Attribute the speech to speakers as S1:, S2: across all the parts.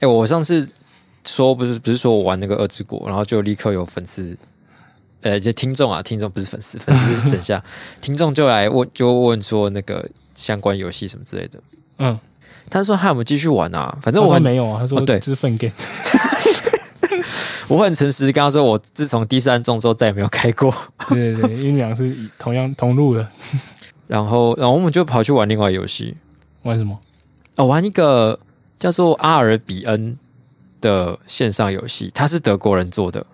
S1: 哎、我上次说不是不是说我玩那个二之国，然后就立刻有粉丝，呃，就听众啊，听众不是粉丝，粉丝是等一 下，听众就来问，就问说那个相关游戏什么之类的。
S2: 嗯，
S1: 他说还有没有继续玩啊？反正
S2: 他
S1: 我
S2: 说
S1: 很
S2: 没有啊，他说
S1: 哦对
S2: 就是分给
S1: 我很诚实地跟他说，我自从第三中之后再也没有开过。
S2: 对对对，因为你俩是以同样同路的，
S1: 然后，然后我们就跑去玩另外游戏，
S2: 玩什么？
S1: 哦，玩一个叫做阿尔比恩的线上游戏，它是德国人做的。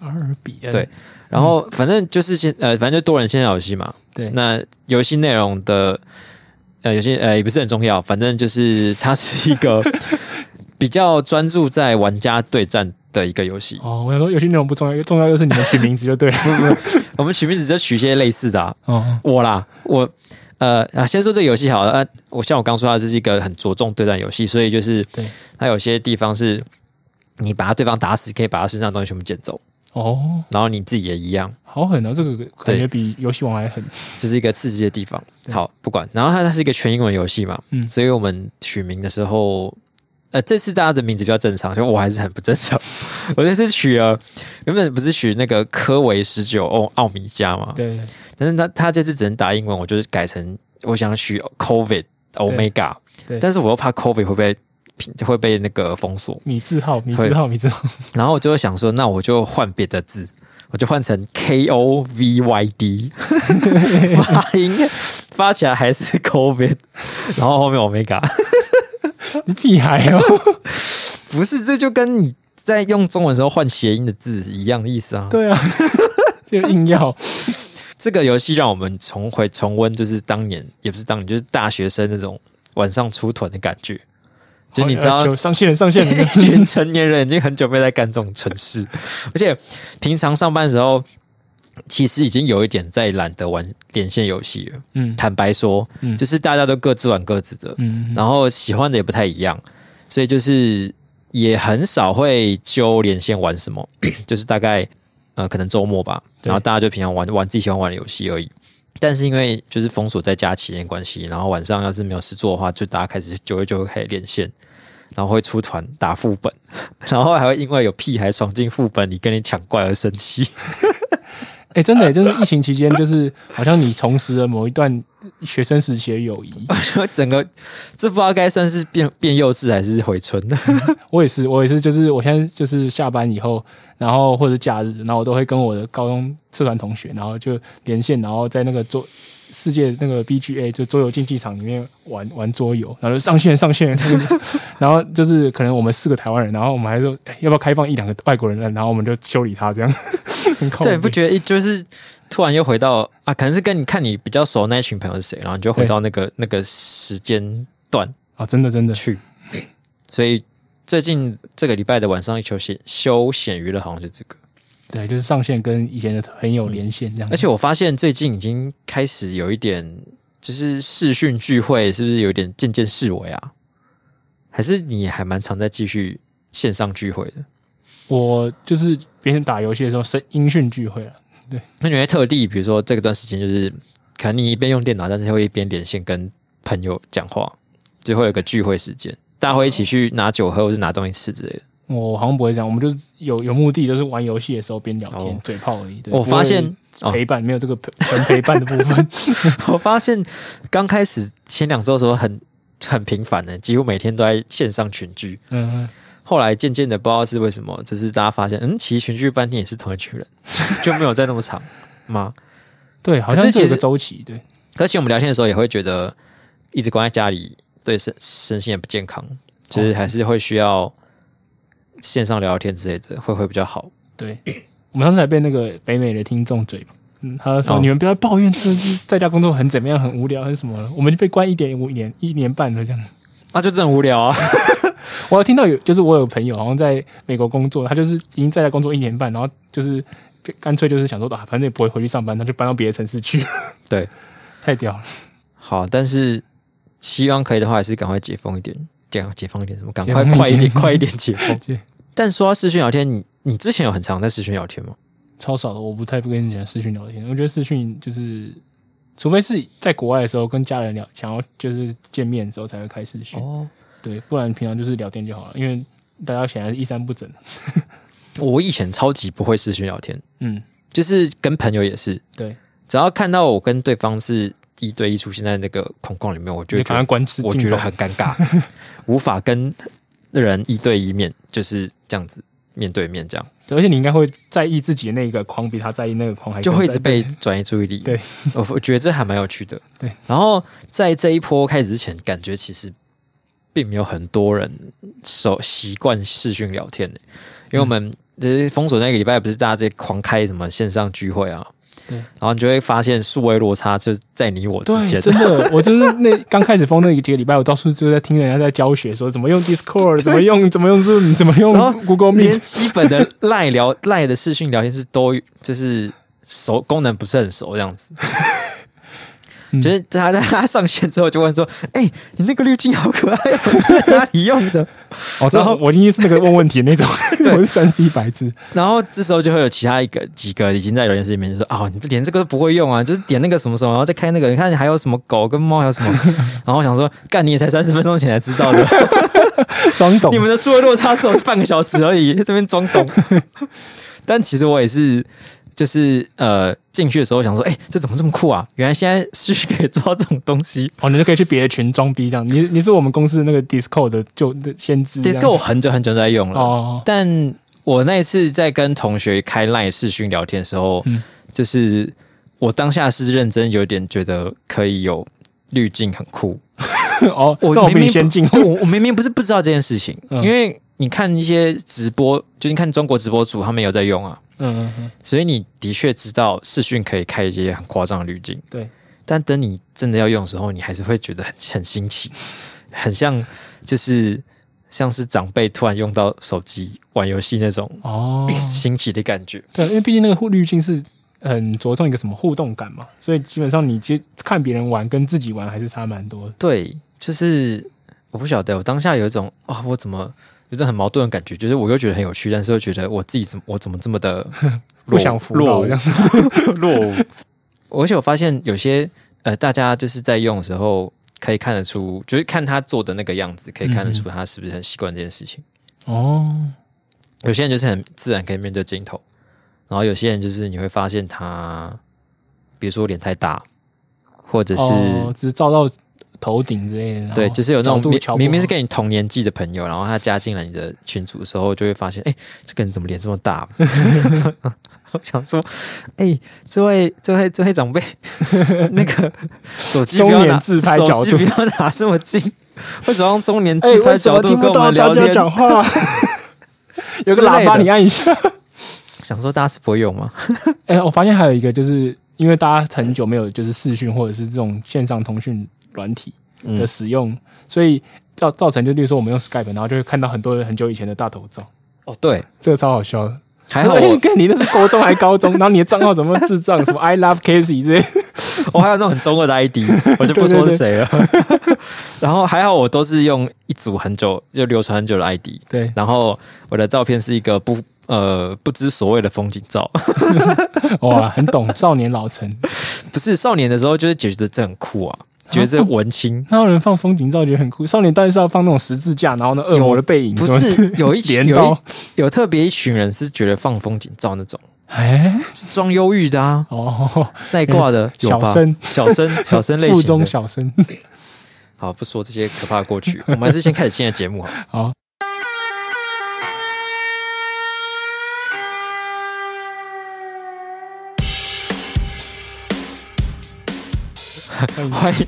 S2: 阿尔比恩
S1: 对然后反正就是现呃，反正就多人线上游戏嘛。
S2: 对，
S1: 那游戏内容的呃，游戏呃也不是很重要，反正就是它是一 个比较专注在玩家对战的一个游戏。
S2: 哦，我想说游戏内容不重要，重要就是你们取名字 就对了。
S1: 我们取名字就取一些类似的、啊，
S2: 哦，
S1: 我啦，我呃啊，先说这个游戏好了。呃，我像我刚说，它是一个很着重对战游戏，所以就是
S2: 对
S1: 它有些地方是你把他对方打死，可以把他身上的东西全部捡走，
S2: 哦，
S1: 然后你自己也一样，
S2: 好狠哦，这个感觉
S1: 对
S2: 比游戏王还狠。
S1: 就是一个刺激的地方。好，不管，然后它它是一个全英文游戏嘛，
S2: 嗯
S1: 所以我们取名的时候。呃，这次大家的名字比较正常，就我还是很不正常。 我这次取了，原本不是取那个科维十九奥奥米加嘛，
S2: 对，对
S1: 但是他他这次只能打英文，我就是改成我想取 COVID Omega，
S2: 对
S1: 但是我又怕 COVID 会被会被那个封锁，
S2: 米字号，米字号，米 字号。
S1: 然后我就会想说，那我就换别的字，我就换成 K O V Y D，发音发起来还是 COVID，然后后面 Omega，
S2: 你屁孩哦！
S1: 不是这就跟你在用中文的时候换谐音的字是一样的意思啊。
S2: 对啊， 就硬要。
S1: 这个游戏让我们重回重温，就是当年也不是当年，就是大学生那种晚上出团的感觉。就你知道
S2: 好， 哦哎呃就上线了，上线了。
S1: 一群成年人已经很久没在干这种蠢事，而且平常上班的时候，其实已经有一点在懒得玩连线游戏了。
S2: 嗯
S1: 坦白说，
S2: 嗯
S1: 就是大家都各自玩各自的，
S2: 嗯，
S1: 然后喜欢的也不太一样，所以就是也很少会揪连线玩什么， 就是大概呃可能周末吧，
S2: 对
S1: 然后大家就平常玩玩自己喜欢玩的游戏而已。但是因为就是封锁在家期间关系，然后晚上要是没有事做的话，就大家开始久而久之开始连线，然后会出团打副本， 然后还会因为有屁孩闯进副本里跟你抢怪而生气。
S2: 哎、真的、就是疫情期间，就是好像你重拾了某一段学生时期的友谊。
S1: 整个这不知道该算是变变幼稚还是回春。
S2: 我也是，我也是，就是我现在就是下班以后，然后或者假日，然后我都会跟我的高中社团同学，然后就连线，然后在那个桌世界那个 BGA 就桌游竞技场里面玩玩桌游，然后就上线上线， 然后就是可能我们四个台湾人，然后我们还说、哎要不要开放一两个外国人来，然后我们就修理他这样，很靠
S1: 对，
S2: 北
S1: 不觉得一就是突然又回到啊，可能是跟你看你比较熟那一群朋友是谁，然后你就回到那个那个时间段
S2: 啊，真的真的，
S1: 去。所以最近这个礼拜的晚上休闲休闲娱乐好像就这个，
S2: 对，就是上线跟以前的朋友连线这样，
S1: 而且我发现最近已经开始有一点，就是视讯聚会是不是有点渐渐式微啊？还是你还蛮常在继续线上聚会的？
S2: 我就是别人打游戏的时候是音讯聚会了。啊
S1: 那你会特地，比如说这个段时间，就是可能你一边用电脑，但是会一边连线跟朋友讲话，就会有个聚会时间，大家会一起去拿酒喝，或是拿东西吃之类的。
S2: 我好像不会这样，我们就是有有目的，就是玩游戏的时候边聊天，
S1: 哦
S2: 嘴炮而已。对
S1: 我发现，哦
S2: 不会陪伴、没有这个陪 纯陪伴的部 分。
S1: 我发现刚开始前两周的时候很很频繁的，几乎每天都在线上群聚。
S2: 嗯，
S1: 后来渐渐的，不知道是为什么，就是大家发现，嗯，其实群聚半天也是同一群人， 就没有再那么长吗？
S2: 对，好像
S1: 可是
S2: 是
S1: 其
S2: 有
S1: 实
S2: 个周期。对，
S1: 而且我们聊天的时候也会觉得，一直关在家里对身身心也不健康，就是还是会需要线上聊聊天之类的，会会比较好。
S2: 对，我们上次还被那个北美的听众嘴，嗯，他说、
S1: 哦
S2: 你们不要抱怨，就是在家工作很怎么样，很无聊，很什么了，我们就被关一点五年一年半了这样。
S1: 那就真的很无聊啊！
S2: 我有听到有，就是我有朋友好像在美国工作，他就是已经在家工作一年半，然后就是就干脆就是想说啊，反正也不会回去上班，那就搬到别的城市去。
S1: 对，
S2: 太屌了。
S1: 好，但是希望可以的话，还是赶快解封一点，解解放一点什么，赶
S2: 解
S1: 快
S2: 放一
S1: 快一点，
S2: 点
S1: 快一点解封
S2: 对。
S1: 但说到视讯聊天，你你之前有很常在视讯聊天吗？
S2: 超少的，我不太不跟人视讯聊天。我觉得视讯就是，除非是在国外的时候跟家人聊，想要就是见面的时候才会开视讯。
S1: 哦，
S2: 对，不然平常就是聊天就好了，因为大家显然是衣衫不整。
S1: 我以前超级不会私讯聊天，
S2: 嗯，
S1: 就是跟朋友也是，
S2: 对，
S1: 只要看到我跟对方是一对一出现在那个框框里面，我就
S2: 你
S1: 会觉
S2: 把它
S1: 得
S2: 关起
S1: 我觉得很尴尬，无法跟人一对一面，就是这样子面对面这样，
S2: 对，而且你应该会在意自己的那个框，比他在意那个框还
S1: 就
S2: 更
S1: 会一
S2: 在
S1: 直被转移注意力。
S2: 对，
S1: 我我觉得这还蛮有趣的。
S2: 对，
S1: 然后在这一波开始之前，感觉其实并没有很多人手习惯视讯聊天的、因为
S2: 嗯
S1: 我们就是封锁那个礼拜，不是大家在狂开什么线上聚会啊。
S2: 对
S1: 然后你就会发现数位落差就在你我之
S2: 对，
S1: 间，
S2: 真 的，我就是那刚开始封那几个礼拜，我到处就在听人家在教学，说怎么用 Discord，怎么用怎么用 Zoom，怎么用
S1: 然后
S2: Google
S1: 连
S2: Meet，
S1: 基本的赖聊 赖的视讯聊天是都就是熟功能不是很熟这样子。
S2: 嗯
S1: 就是他在他上线之后就问说：“哎、你那个滤镜好可爱哦，是哪里用的
S2: 哦，知
S1: 然后
S2: 道我一定是那个问问题的 那种， 我是三 C 白痴，？”
S1: 然后这时候就会有其他一个几个已经在聊天室里面就说：“啊、你连这个都不会用啊，就是点那个什么什么，然后再开那个，你看你还有什么狗跟猫还有什么。” 然后我想说：“干，你也才三十分钟前才知道的，
S2: 装懂
S1: 你。们的数位落差只有半个小时而已，这边装 懂。但其实我也是，就是呃，进去的时候想说，哎、这怎么这么酷啊？原来现在是可以抓这种东 西。
S2: 哦，你就可以去别的群装逼这样。你你是我们公司的那个 Discord 的就的先知这样
S1: Disco 我很久很久在用了，
S2: 哦，
S1: 但我那一次在跟同学开 LINE 视讯聊天的时候，
S2: 嗯
S1: 就是我当下是认真有点觉得可以有滤镜很酷，
S2: 哦，
S1: 我
S2: 那我
S1: 明
S2: 比你
S1: 明
S2: 先进
S1: 不。对我我明明不是不知道这件事情，
S2: 嗯
S1: 因为你看一些直播，就是你看中国直播主他们有在用啊，
S2: 嗯嗯嗯，
S1: 所以你的确知道视讯可以开一些很夸张的滤镜，
S2: 对，
S1: 但等你真的要用的时候，你还是会觉得很很新奇， 很像就是像是长辈突然用到手机玩游戏那种
S2: 哦，
S1: 新奇的感觉。
S2: 对，因为毕竟那个互滤镜是很着重一个什么互动感嘛，所以基本上你接看别人玩跟自己玩还是差蛮多的。
S1: 对，就是我不晓得，我当下有一种啊、我怎么有一种很矛盾的感觉，就是我又觉得很有趣，但是又觉得我自己怎么我怎么这么 的
S2: 不想服
S1: 落
S2: 老
S1: 伍
S2: 这样子，
S1: 落伍。而且我发现有些呃，大家就是在用的时候，可以看得出，就是看他做的那个样子，可以看得出他是不是很习惯这件事情。
S2: 哦，
S1: 有些人就是很自然可以面对镜头，然后有些人就是你会发现他，比如说脸太大，或者是、
S2: 哦，只照到头顶之类的。然后
S1: 对，就是有那
S2: 角
S1: 种
S2: 度
S1: 明
S2: 瞧不
S1: 明明
S2: 好
S1: 是跟你同年纪的朋友，然后他加进来你的群组的时候，就会发现，哎、这个人怎么脸这么大？啊 我想说，哎、这位这位这位长辈，那个手机不要
S2: 中
S1: 拿
S2: 年自拍角
S1: 手
S2: 度
S1: 机不要拿这么近，为什么用中年
S2: 哎，
S1: 自拍
S2: 为什
S1: 角
S2: 么
S1: 度
S2: 听不
S1: 跟我
S2: 到
S1: 们
S2: 大
S1: 聊
S2: 家
S1: 天？
S2: 讲话？有个喇叭，你按一下。
S1: 想说大家是不会用吗？
S2: 哎、我发现还有一个，就是因为大家很久没有就是视讯或者是这种线上通讯软体的
S1: 嗯，
S2: 使用，所以造造成就例如说我们用 Skype，然后就会看到很多人很久以前的大头照，
S1: 哦对，
S2: 这个超好笑的。
S1: 还好
S2: 哎、
S1: 我
S2: 看你那是国中还高中，然后你的账号怎么智障，什么 I love Casey 之类的，
S1: 我还有那种很中二的 ID，我就不说是谁了。 然后还好我都是用一组很久就流传很久的 ID，
S2: 对，
S1: 然后我的照片是一个不呃不知所谓的风景照，
S2: 哇，很懂少年老成。
S1: 不是少年的时候就是觉得这很酷啊，觉得这文青。
S2: 那有人放风景照觉得很酷，少年当然是要放那种十字架，然后呢恶魔的背影，
S1: 不
S2: 什么之
S1: 是
S2: 类的
S1: 有一群
S2: 镰
S1: 有一
S2: 刀，
S1: 有特别一群人是觉得放风景照那种
S2: 哎、
S1: 是装忧郁的啊，
S2: 哦，
S1: 那一挂的有吧 小
S2: 小生
S1: 生小生类
S2: 附
S1: 型
S2: 中
S1: 的。
S2: 小生，
S1: 好，不说这些可怕的过去，我们还是先开始今天的节目好 了。
S2: 好。
S1: 欢迎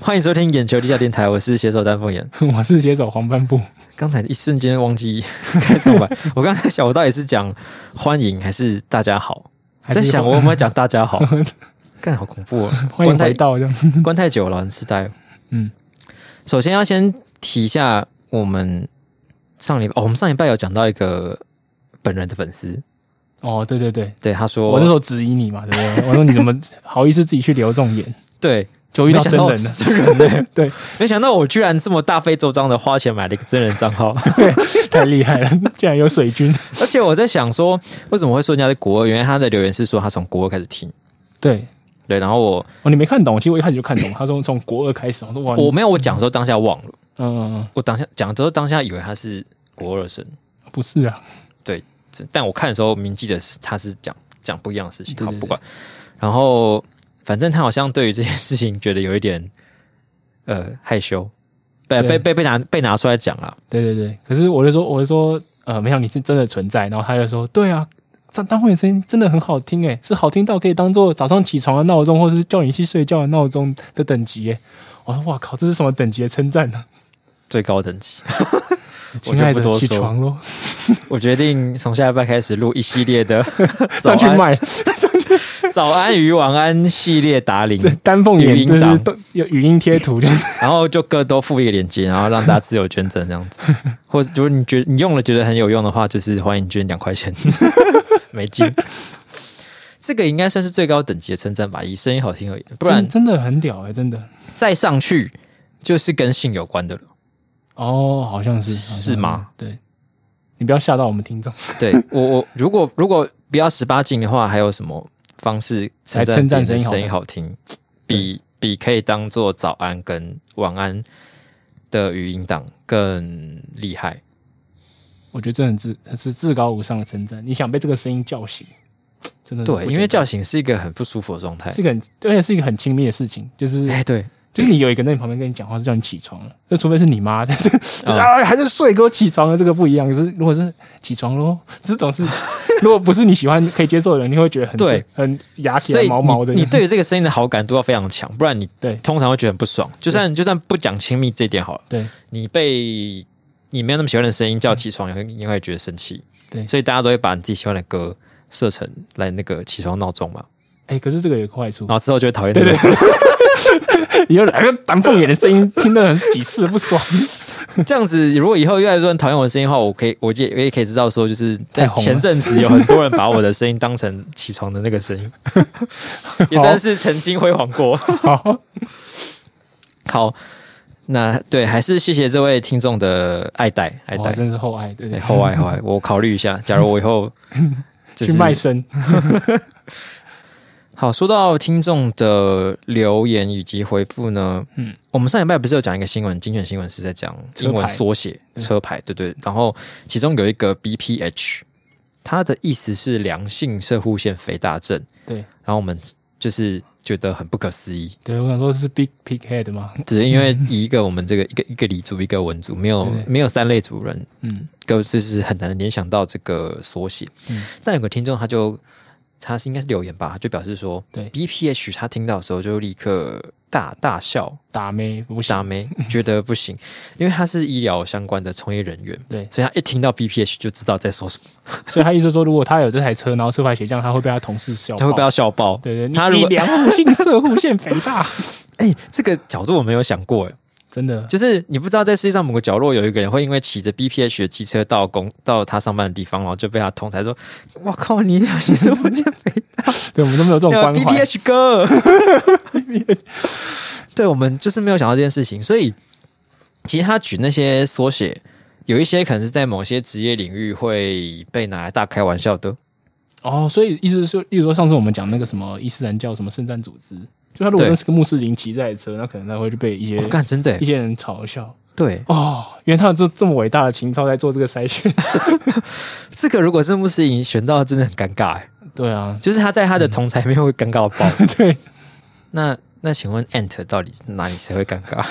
S1: 欢迎收听眼球地下电台，我是携手丹凤眼。
S2: 我是写手黄斑布，
S1: 刚才一瞬间忘记开场白，我刚才想我到底是讲欢迎还是大家好？
S2: 还
S1: 在
S2: 是
S1: 想
S2: 黄
S1: 我有没有讲大家好？ 干好恐怖哦！
S2: 欢迎
S1: 关太
S2: 回到这样。
S1: 关太久了，很痴呆。
S2: 嗯，
S1: 首先要先提一下我们上礼拜、哦，我们上礼拜有讲到一个本人的粉丝，
S2: 哦，对对对，
S1: 对他说，
S2: 我那时候质疑你嘛，对不对？我说你怎 么好意思自己去留这种言？
S1: 对，
S2: 就遇到
S1: 没
S2: 真
S1: 想
S2: 人了，
S1: 是真人
S2: 对，
S1: 没想到我居然这么大费周章的花钱买了一个真人账 号，
S2: 太厉害了，竟然有水军。
S1: 而且我在想说，为什么会说人家是国二？原来他的留言是说他从国二开始听，
S2: 对，
S1: 对，然后我
S2: 哦，你没看懂，其实我一开始就看懂，他说从国二开始，我说哇，
S1: 我没有我讲的时候当下忘了，
S2: 你嗯，
S1: 我当下讲之后，当下以为他是国二生，
S2: 不是啊，
S1: 这但我看的时候明记得是他是讲讲不一样的事情，
S2: 对
S1: 好
S2: 对
S1: 不
S2: 对
S1: 管。然后反正他好像对于这件事情觉得有一点呃害羞，被
S2: 对
S1: 被被被拿被拿出来讲了，
S2: 对对对。可是我就说，我就说，呃，没有，你是真的存在。然后他就说，对啊，这当会的声音真的很好听诶，是好听到可以当做早上起床的闹钟，或是叫你去睡觉的闹钟的等级耶。我说，哇靠，这是什么等级的称赞啊呢？
S1: 最高等 级。
S2: 亲爱
S1: 我就
S2: 的
S1: 不，多
S2: 起
S1: 说
S2: 床喽，
S1: 我决定从下一半开始录一系列 的早
S2: 上去
S1: 安
S2: 卖。
S1: 早安与晚安系列打铃，
S2: 丹凤眼
S1: 语音
S2: 就是
S1: 档
S2: 都有语音贴 图，就是
S1: 然后就各都附一个链接，然后让大家自由捐赠这样 子。或者如果你觉得你用了觉得很有用的话，就是欢迎捐两块 钱美金。这个应该算是最高等级的称赞吧，以声音好听而言，不然
S2: 真真的很屌哎、真的
S1: 再上去就是跟性有关的了。
S2: 哦，好像是好像
S1: 是吗？
S2: 对，你不要吓到我们听众，
S1: 对我我如果如果不要十八禁的话，还有什么方式称
S2: 来称
S1: 赞别
S2: 赞
S1: 人的
S2: 声
S1: 声
S2: 音
S1: 音好听？比比可以当做早安跟晚安的语音档更厉害。
S2: 我觉得这很至这是至高无上的称赞。你想被这个声音叫醒，真的是
S1: 对，
S2: 不
S1: 因为
S2: 简单
S1: 叫醒是一个很不舒服的状态。
S2: 是一个很而且是一个很亲密的事情， 就是
S1: 哎、对，
S2: 就是你有一个人在你旁边跟你讲话是叫你起床了，就除非是你妈， 但是、就是
S1: 嗯
S2: 啊还是睡给我起床了，这个不一样。可是如果是起床喽，这种是 如果不是你喜欢可以接受的人，你会觉得很
S1: 对
S2: 很牙起
S1: 所
S2: 来
S1: 以
S2: 毛毛的。
S1: 你你对于这个声音的好感度要非常强，不然你
S2: 对
S1: 通常会觉得很不爽。就算就算不讲亲密这一点好了，
S2: 对
S1: 你被你没有那么喜欢的声音叫起床，也会你会觉得生气。
S2: 对
S1: 所以大家都会把你自己喜欢的歌设成来那个起床闹钟嘛，
S2: 哎、可是这个有个坏处
S1: 然，后之后就会讨厌这个。
S2: 你又来个丹凤眼的声音，听得很几次不爽。
S1: 这样子，如果以后越来越多人讨厌我的声音的话，我可以，我也我也可以知道说，就是在
S2: 太红了
S1: 前阵子有很多人把我的声音当成起床的那个声 音，也算是曾经辉煌过。
S2: 好，
S1: 好，那对，还是谢谢这位听众的爱戴爱
S2: 哇，
S1: 戴，
S2: 哦真是厚爱，对
S1: 哎
S2: 对，
S1: 厚爱厚爱，我考虑一下，假如我以 后就是
S2: 去卖身，
S1: 好，说到听众的留言以及回复呢，
S2: 嗯
S1: 嗯，我们上礼拜不是有讲一个新闻，精选新闻是在讲
S2: 车
S1: 英
S2: 牌嗯
S1: 文缩写
S2: 对
S1: 车牌，对对。然后其中有一个 BPH，它的意思是良性射护腺肥大症。
S2: 对
S1: 然后我们就是觉得很不可思议，
S2: 对，我想说是 big pig head 嘛，
S1: 只是因为以一个我们这个一个一个黎族一个文族，没有
S2: 嗯对对
S1: 没有三类族人，
S2: 嗯，
S1: 个就是很难联想到这个缩写。
S2: 嗯
S1: 但有个听众他就他是应该是留言吧，他就表示说，
S2: 对
S1: BPH 他听到的时候就立刻大大笑，
S2: 打妹不行，
S1: 傻妹觉得不行，因为他是医疗相关的从业人员，
S2: 对，
S1: 所以他一听到 BPH 就知道在说什么，
S2: 所以他意思说，如果他有这台车，然后车牌写这样，他会被他同事笑爆，
S1: 他会被他笑爆。
S2: 对对，你
S1: 他如
S2: 你
S1: 果
S2: 良户性色户腺肥大，
S1: 哎、这个角度我没有想过，哎，
S2: 真的，
S1: 就是你不知道在世界上某个角落有一个人会因为骑着 BPH 的机车到公到他上班的地方，然后就被他同台说：“我靠，你良心是不减肥
S2: 对我们都没有这种关
S1: 有
S2: 怀，
S1: BPH 哥， 对我们就是没有想到这件事情，所以其实他举那些缩写，有一些可能是在某些职业领域会被拿来大开玩笑的。
S2: 哦，所以意思是说，例如说上次我们讲那个什么伊斯兰教什么圣战组织，就他如果
S1: 对哦
S2: 真是个穆斯林骑这台车，那可能他会就被一些
S1: 我、看真的
S2: 一些人嘲笑，
S1: 对
S2: 哦，原来他有这这么伟大的情操在做这个 筛选，
S1: 这个，如果是穆斯林选到，真的很尴尬欸。
S2: 对啊，
S1: 就是他在他的同台面会尴尬爆。
S2: 对。
S1: 那那请问 ant 到底哪里谁会尴尬？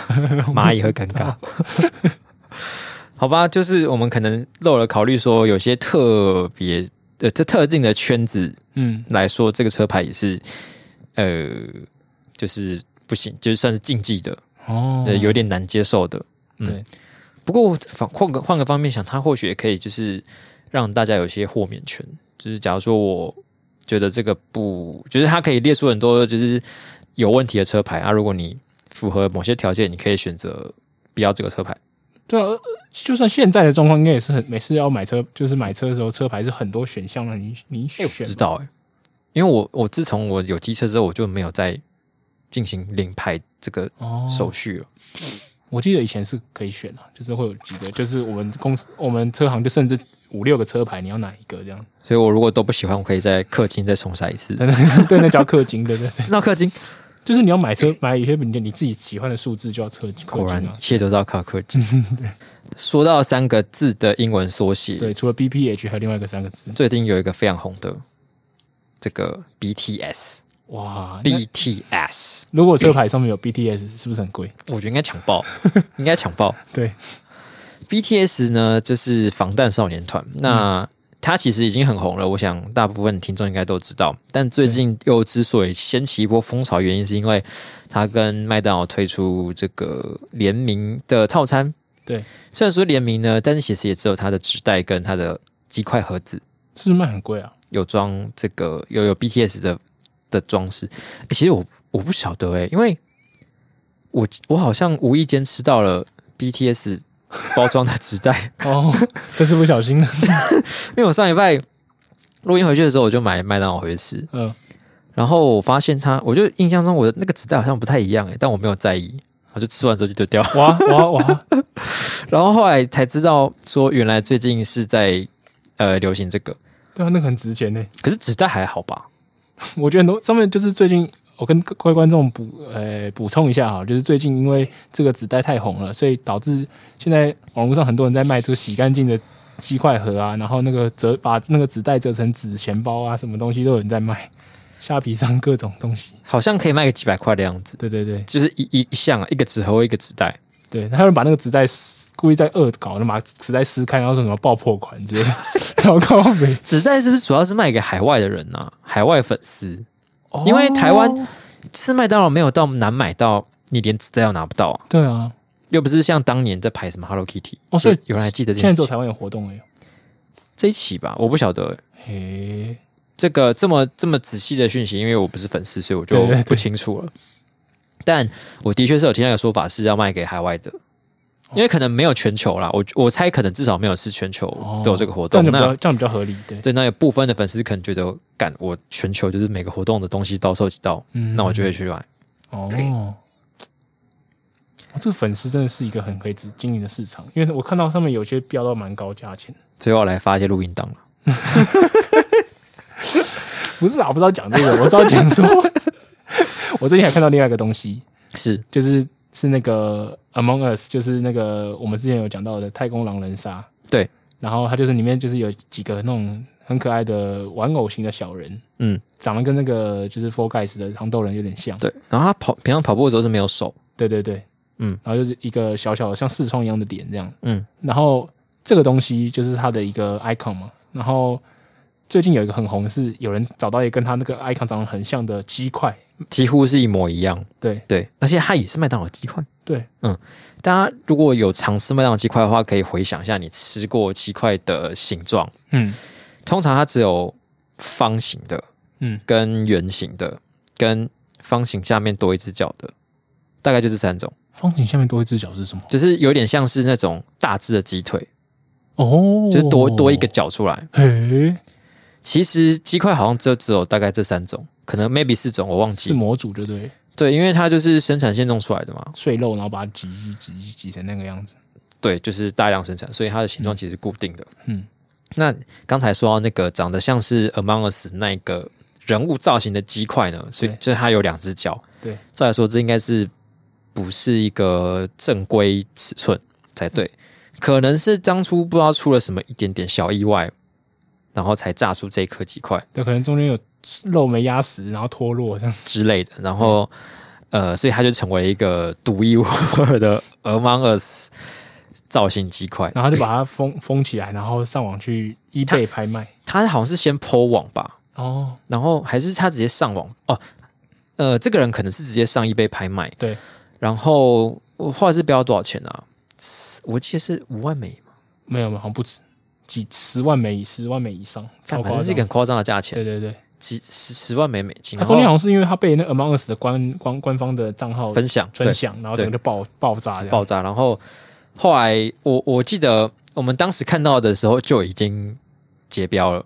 S1: 蚂蚁会尴尬？好吧，就是我们可能漏了考虑说，有些特别呃这特定的圈子
S2: 嗯，
S1: 来说，这个车牌也是呃就是不行，就是算是禁忌的，
S2: 哦，
S1: 呃有点难接受的。嗯
S2: 对，
S1: 不过反换个换个方面想，它或许也可以就是让大家有一些豁免权。就是假如说我觉得这个不，就是它可以列出很多就是有问题的车牌啊，如果你符合某些条件，你可以选择不要这个车牌。
S2: 对啊，呃就算现在的状况，应该也是很每次要买车，就是买车的时候，车牌是很多选项让你你
S1: 哎、
S2: 选
S1: 我不知道哎、因为我我自从我有机车之后，我就没有再进行领牌这个
S2: 哦。
S1: 手续了。
S2: 我记得以前是可以选啊，就是会有几个，就是我们公司我们车行就甚至五六个车牌，你要哪一个这样？
S1: 所以我如果都不喜欢，我可以在氪金再重赛一次。
S2: 对，那叫氪金，对对对。
S1: 知道氪金？
S2: 就是你要买车买有些你你自己喜欢的数字就要车氪
S1: 果然
S2: 金
S1: 一
S2: 啊。
S1: 切都是要靠科技。说到三个字的英文缩写，
S2: 对，除了 BPH 还有另外一个三个字，
S1: 最近有一个非常红的，这个 BTS。
S2: 哇！那
S1: BTS，
S2: 如果车牌上面有 BTS，是不是很贵？
S1: 我觉得应该抢 爆，应该抢爆。
S2: 对，
S1: BTS 呢，就是防弹少年
S2: 嗯
S1: 团。那、它其实已经很红了，我想大部分听众应该都知道。但最近又之所以掀起一波风潮，原因是因为它跟麦当劳推出这个联名的套餐。
S2: 对，
S1: 虽然说联名呢，但是其实也只有它的纸袋跟它的鸡块盒子
S2: 是不是卖很贵啊？
S1: 有装这个有有 BTS 的的装饰、诶其实我我不晓得诶，因为我我好像无意间吃到了 BTS 包装的纸袋。
S2: 哦，真是不小心了。
S1: 因为我上礼拜录音回去的时候，我就买麦当劳回去吃，
S2: 嗯，
S1: 然后我发现它，我就印象中我的那个纸袋好像不太一样诶，但我没有在意，我就吃完之后就丢掉。
S2: 哇哇哇！
S1: 然后后来才知道说，原来最近是在呃流行这个，
S2: 对啊，那个很值钱呢。
S1: 可是纸袋还好吧？
S2: 我觉得很多上面就是最近，我跟各位观众补呃补充一下哈，就是最近因为这个纸袋太红了，所以导致现在网络上很多人在卖出洗干净的鸡块盒啊，然后那个折把那个纸袋折成纸钱包啊，什么东西都有人在卖，虾皮上各种东西。
S1: 好像可以卖个几百块的样子，
S2: 对对对
S1: 就是一一一项啊，一个纸盒一个纸袋。
S2: 对，还有人把那个纸袋撕故意在恶搞，就把纸袋撕开，然后说什么爆破款之类的，超高没。
S1: 纸袋是不是主要是卖给海外的人啊？海外粉丝因为台湾
S2: 哦
S1: 吃麦当劳没有到难买到，你连纸袋都拿不到啊，
S2: 对啊，
S1: 又不是像当年在排什么 Hello Kitty
S2: 哦所以
S1: 有有人还记得这件
S2: 现在
S1: 事
S2: 只有
S1: 情？
S2: 台湾有活动哎、欸。
S1: 这一期吧，我不晓得欸
S2: 嘿，
S1: 这个这么这么仔细的讯息，因为我不是粉丝，所以我就
S2: 对对对
S1: 不清楚了。但我的确是有听到一个说法是要卖给海外的，因为可能没有全球啦，我我猜可能至少没有是全球
S2: 哦
S1: 都有这个活
S2: 这
S1: 动。
S2: 样就比较
S1: 那
S2: 这样比较合理，对，
S1: 对，那有部分的粉丝可能觉得，干我全球就是每个活动的东西都收集到，
S2: 嗯
S1: 那我就会去买。
S2: 哦，哇这个粉丝真的是一个很可以经经营的市场，因为我看到上面有些标到蛮高价钱的。
S1: 所以我来发一些录音档了。
S2: 不是啊，我不知道讲这个，我知道讲 说，我最近还看到另外一个东西，
S1: 是
S2: 就是是那个 Among Us，就是那个我们之前有讲到的太空狼人杀。
S1: 对，
S2: 然后它就是里面就是有几个那种很可爱的玩偶型的小人，
S1: 嗯，
S2: 长得跟那个就是 Four Guys 的糖豆人有点像。
S1: 对。然后他跑平常跑步的时候是没有手，
S2: 对对对，
S1: 嗯，
S2: 然后就是一个小小的像视窗一样的脸这样，
S1: 嗯，
S2: 然后这个东西就是它的一个 icon 嘛，然后最近有一个很红的是有人找到一个跟他那个 icon 长得很像的鸡块，
S1: 几乎是一模一样。
S2: 对
S1: 对，而且它也是麦当劳鸡块。
S2: 对，
S1: 大家如果有尝试麦当劳鸡块的话，可以回想一下你吃过鸡块的形状。
S2: 嗯
S1: 通常它只有方形的、
S2: 嗯，
S1: 跟圆形的、跟方形下面多一只脚的，大概就这三种。
S2: 方形下面多一只脚是什么？
S1: 就是有点像是那种大只的鸡腿，
S2: 哦，
S1: 就是多多一个，脚出来。
S2: 嘿，
S1: 其实鸡块好像就只有大概这三种，可能 maybe 四种，我忘记
S2: 是
S1: 了。
S2: 模组就对了，
S1: 对，因为它就是生产线弄出来的嘛，
S2: 碎肉然后把它挤挤挤挤挤成那个样子，
S1: 对，就是大量生产，所以它的形状其实是固定的。
S2: 嗯，
S1: 那刚才说到那个长得像是 Among Us 那个人物造型的鸡块呢，所以
S2: 对
S1: 就是它有两只脚。
S2: 对，
S1: 再来说这应该是不是一个正规尺寸才对，
S2: 嗯
S1: 可能是当初不知道出了什么一点点小意外，然后才炸出这一颗鸡块
S2: 对，可能中间有肉没压实，然后脱落这样，
S1: 之类的，然后。
S2: 嗯
S1: 呃，所以它就成为一个独一无二的 Among Us 造型鸡块。
S2: 然后他就把它封封起来，然后上网去 eBay 拍卖。
S1: 它好像是先 PO 网吧，
S2: 哦，
S1: 然后还是他直接上网哦，呃，这个人可能是直接上易贝拍卖，
S2: 对，
S1: 然后我或者是标多少钱啊？我记得是五万美嘛，
S2: 没有，没有，好像不止几十万美、十万美以上，超
S1: 干反
S2: 夸
S1: 正是一个
S2: 张
S1: 很。夸张的价钱，
S2: 对对对，
S1: 几十十万美美金，
S2: 他
S1: 然
S2: 中间好
S1: 后
S2: 像是因为他被那 Among Us 的官官官方的账号
S1: 分享对
S2: 分享，然后整个就爆爆炸这样，
S1: 爆炸，然后后来我我记得我们当时看到的时候就已经结标了，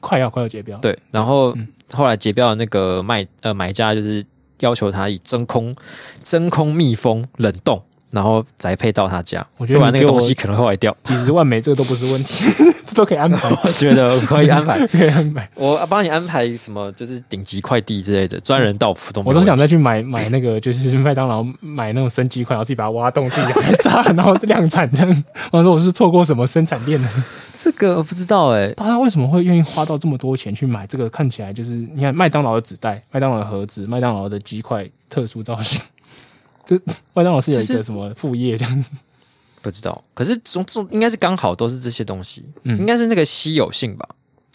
S2: 快要快要结标。，
S1: 对，然后
S2: 嗯
S1: 后来结标的那个卖呃买家就是要求他以真空真空密封冷冻然后宅配到他家，
S2: 我觉得
S1: 不然
S2: 你
S1: 那
S2: 给
S1: 个
S2: 我
S1: 东西可能会坏掉。
S2: 几十万美这个都不是问题， 这都可以 安排，
S1: 我觉得可以安排，
S2: 可以安排。
S1: 我帮你安排什么，就是顶级快递之类的，专人到府都没
S2: 我
S1: 有
S2: 都想
S1: 问题
S2: 再去买买那个，就是麦当劳买那种生鸡块，然后自己把它挖洞，自己把它炸，然后量产这样。我想说我是错过什么生产链了？
S1: 这个我不知道哎、
S2: 大家为什么会愿意花到这么多钱去买这个？看起来就是你看麦当劳的纸袋、麦当劳的盒子、麦当劳的鸡块特殊造型， 这麦当劳是有一
S1: 就
S2: 个
S1: 是
S2: 什么副业这样？
S1: 不知道。可是总总应该是刚好都是这些东西，
S2: 嗯
S1: 应该是那个稀有性吧，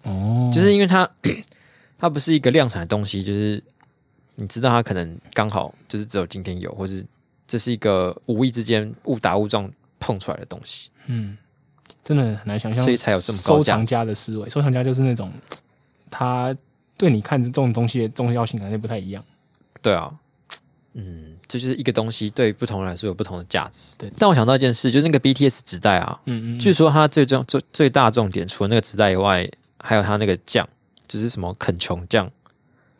S2: 哦，
S1: 就是因为它 它不是一个量产的东西，就是你知道它可能刚好就是只有今天有，或是这是一个无意之间误打误撞碰出来的东西。
S2: 嗯，真的很难想象，
S1: 所以才有这么高
S2: 收
S1: 价值
S2: 藏家的思维。收藏家就是那种他对你看这种东西的重要性可能不太一样。
S1: 对啊，嗯，这就是一个东西对不同人来说有不同的价值。
S2: 对
S1: 但我想到一件事，就是那个 BTS 纸袋啊，
S2: 嗯嗯，
S1: 据说它最重最最大重点，除了那个纸袋以外，还有它那个酱，就是什么啃穷酱。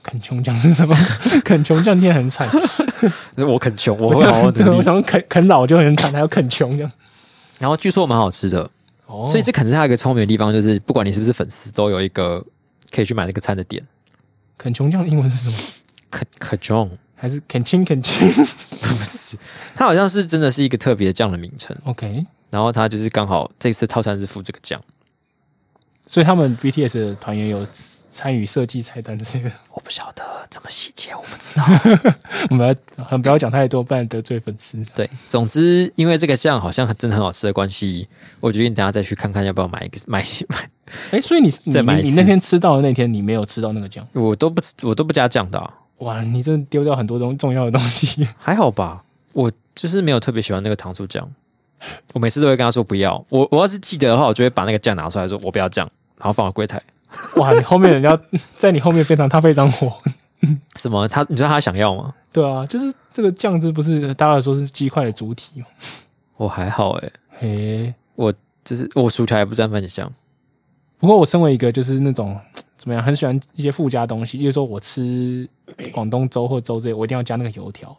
S2: 啃穷酱是什么？ 啃穷酱天很惨，
S1: 我啃穷， 我会好好
S2: 对，
S1: 努
S2: 我
S1: 力。
S2: 想说啃啃老就很惨，还要啃穷这样。
S1: 然后据说蛮好吃的，
S2: 哦，
S1: 所以这可能是它一个聪明的地方，就是不管你是不是粉丝，都有一个可以去买那个餐的点。
S2: 啃穷酱的英文是什么？
S1: 啃啃穷
S2: 还是啃亲啃亲
S1: 不是，它好像是真的是一个特别酱的名称。
S2: ？OK，
S1: 然后它就是刚好这次套餐是附这个酱，
S2: 所以他们 BTS 的团员有参与设计菜单之类的。
S1: 我不晓得怎么细节，我不知 道。
S2: 我们要很不要讲太多，不然得罪粉丝。
S1: 对，总之因为这个酱好像真的很好吃的关系，我决定等下再去看看要不要买一个买 买
S2: 哎、所以你你
S1: 再买一
S2: 你
S1: 次
S2: 那天吃到的那天，你没有吃到那个酱。
S1: 我都不我都不加酱的啊、
S2: 哇，你真的丢掉很多东重要的东西。
S1: 还好吧。我就是没有特别喜欢那个糖醋酱，我每次都会跟他说不要。我我要是记得的话，我就会把那个酱拿出来说我不要酱，然后放到柜台。
S2: 哇，你后面人家在你后面非常他非常火。
S1: 什么？他你知道他想要吗？
S2: 对啊，就是这个酱汁不是大家说是鸡块的主体吗？
S1: 我还好欸诶、
S2: 嘿，
S1: 就是我薯条也不沾番茄酱。
S2: 不过我身为一个就是那种怎么样，很喜欢一些附加东西，例如说我吃广东粥或粥之类，我一定要加那个油条。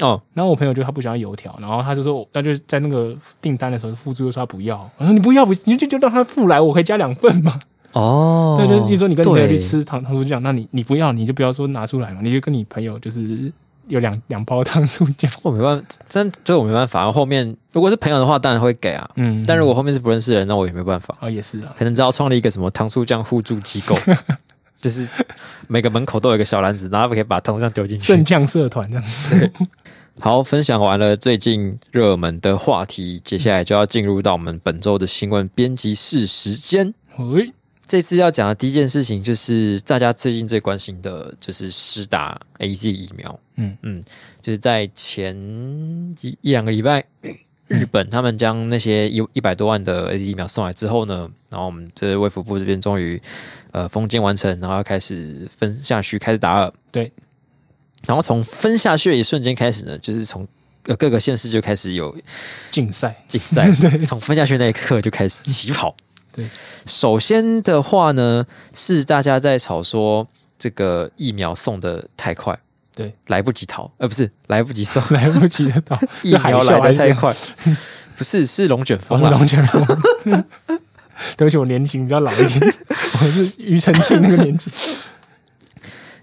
S1: 哦，
S2: 然后我朋友就他不喜欢油条，然后他就说我，他就在那个订单的时候付出，就说他不要。我说你不要不，你就就让他付来，我可以加两份嘛。
S1: 哦
S2: 那就就是说你跟你朋友去
S1: 对
S2: 吃糖糖醋酱，那你你不要，你就不要说拿出来嘛，你就跟你朋友就是有两两包糖醋 酱。
S1: 我没办法，真就我没办法。后面如果是朋友的话，当然会给啊。
S2: 嗯
S1: 但如果后面是不认识的人，那我也没办法。
S2: 啊也是啦，
S1: 可能只要创立一个什么糖醋酱互助机构，就是每个门口都有一个小篮子，然后可以把糖醋酱丢进去
S2: 圣。将社团这样。
S1: 好，分享完了最近热门的话题，接下来就要进入到我们本周的新闻编辑室时间。
S2: 喂，
S1: 这次要讲的第一件事情，就是大家最近最关心的，就是施打 A Z 疫苗。
S2: 嗯
S1: 嗯，就是在前一一两个礼拜，日本他们将那些一一百多万的 A Z 疫苗送来之后呢，然后我们这卫福部这边终于呃封监完成，然后要开始分下去开始打了。
S2: 对，
S1: 然后从分下去的一瞬间开始呢，就是从呃各个县市就开始有
S2: 竞赛
S1: 竞赛，从分下去那一刻就开始起跑。
S2: 对，
S1: 首先的话呢，是大家在吵说这个疫苗送的太快，
S2: 对，
S1: 来不及逃，呃，不是来不及 送
S2: 来不及得到，
S1: 疫
S2: 是海
S1: 苗
S2: 啸
S1: 来
S2: 还
S1: 的
S2: 是
S1: 太
S2: 这样
S1: 快，不是是龙卷
S2: 我
S1: 风
S2: 是
S1: 啦。
S2: 龙卷风。 对不起，我年龄比较老一点， 我是庾澄庆那个 年纪。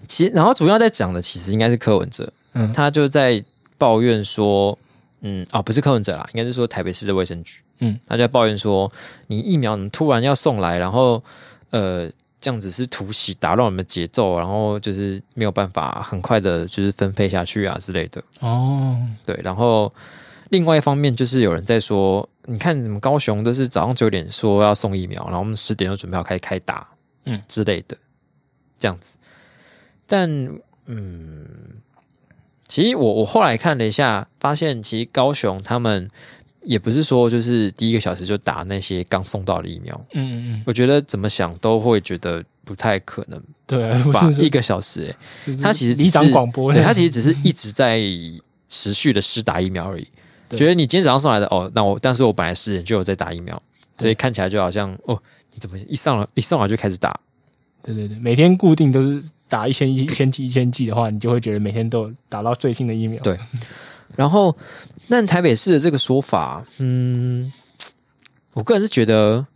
S1: 其然后主要在讲的其实应该是柯文哲，
S2: 嗯
S1: 他就在抱怨说，嗯，哦，不是柯文哲啦，应该是说台北市的卫生局，
S2: 嗯，
S1: 他就在抱怨说，你疫苗你突然要送来，然后呃，这样子是突袭打乱我们的节奏，然后就是没有办法很快的，就是分配下去啊之类的，
S2: 哦，
S1: 对，然后。另外一方面，就是有人在说，你看你们高雄都是早上九点说要送疫苗，然后我们十点就准备要开开打，
S2: 嗯
S1: 之类的，这样子。但嗯，其实我我后来看了一下，发现其实高雄他们也不是说就是第一个小时就打那些刚送到的疫苗，
S2: 嗯嗯嗯，
S1: 我觉得怎么想都会觉得不太可能
S2: 对啊，不
S1: 吧，
S2: 是
S1: 一个小时、欸，
S2: 就是
S1: 他其实只
S2: 里长
S1: 是
S2: 广播那
S1: 对
S2: 样，
S1: 他其实只是一直在持续的施打疫苗而已。
S2: 对
S1: 觉得你今天早上上来的哦，那我但是我本来十点就有在打疫苗，所以
S2: 对
S1: 看起来就好像哦，你怎么一上了一上来就开始打？
S2: 对对对，每天固定都是打一千一一千剂一千剂的话，你就会觉得每天都有打到最新的疫苗。
S1: 对然后但台北市的这个说法，嗯，我个人是觉得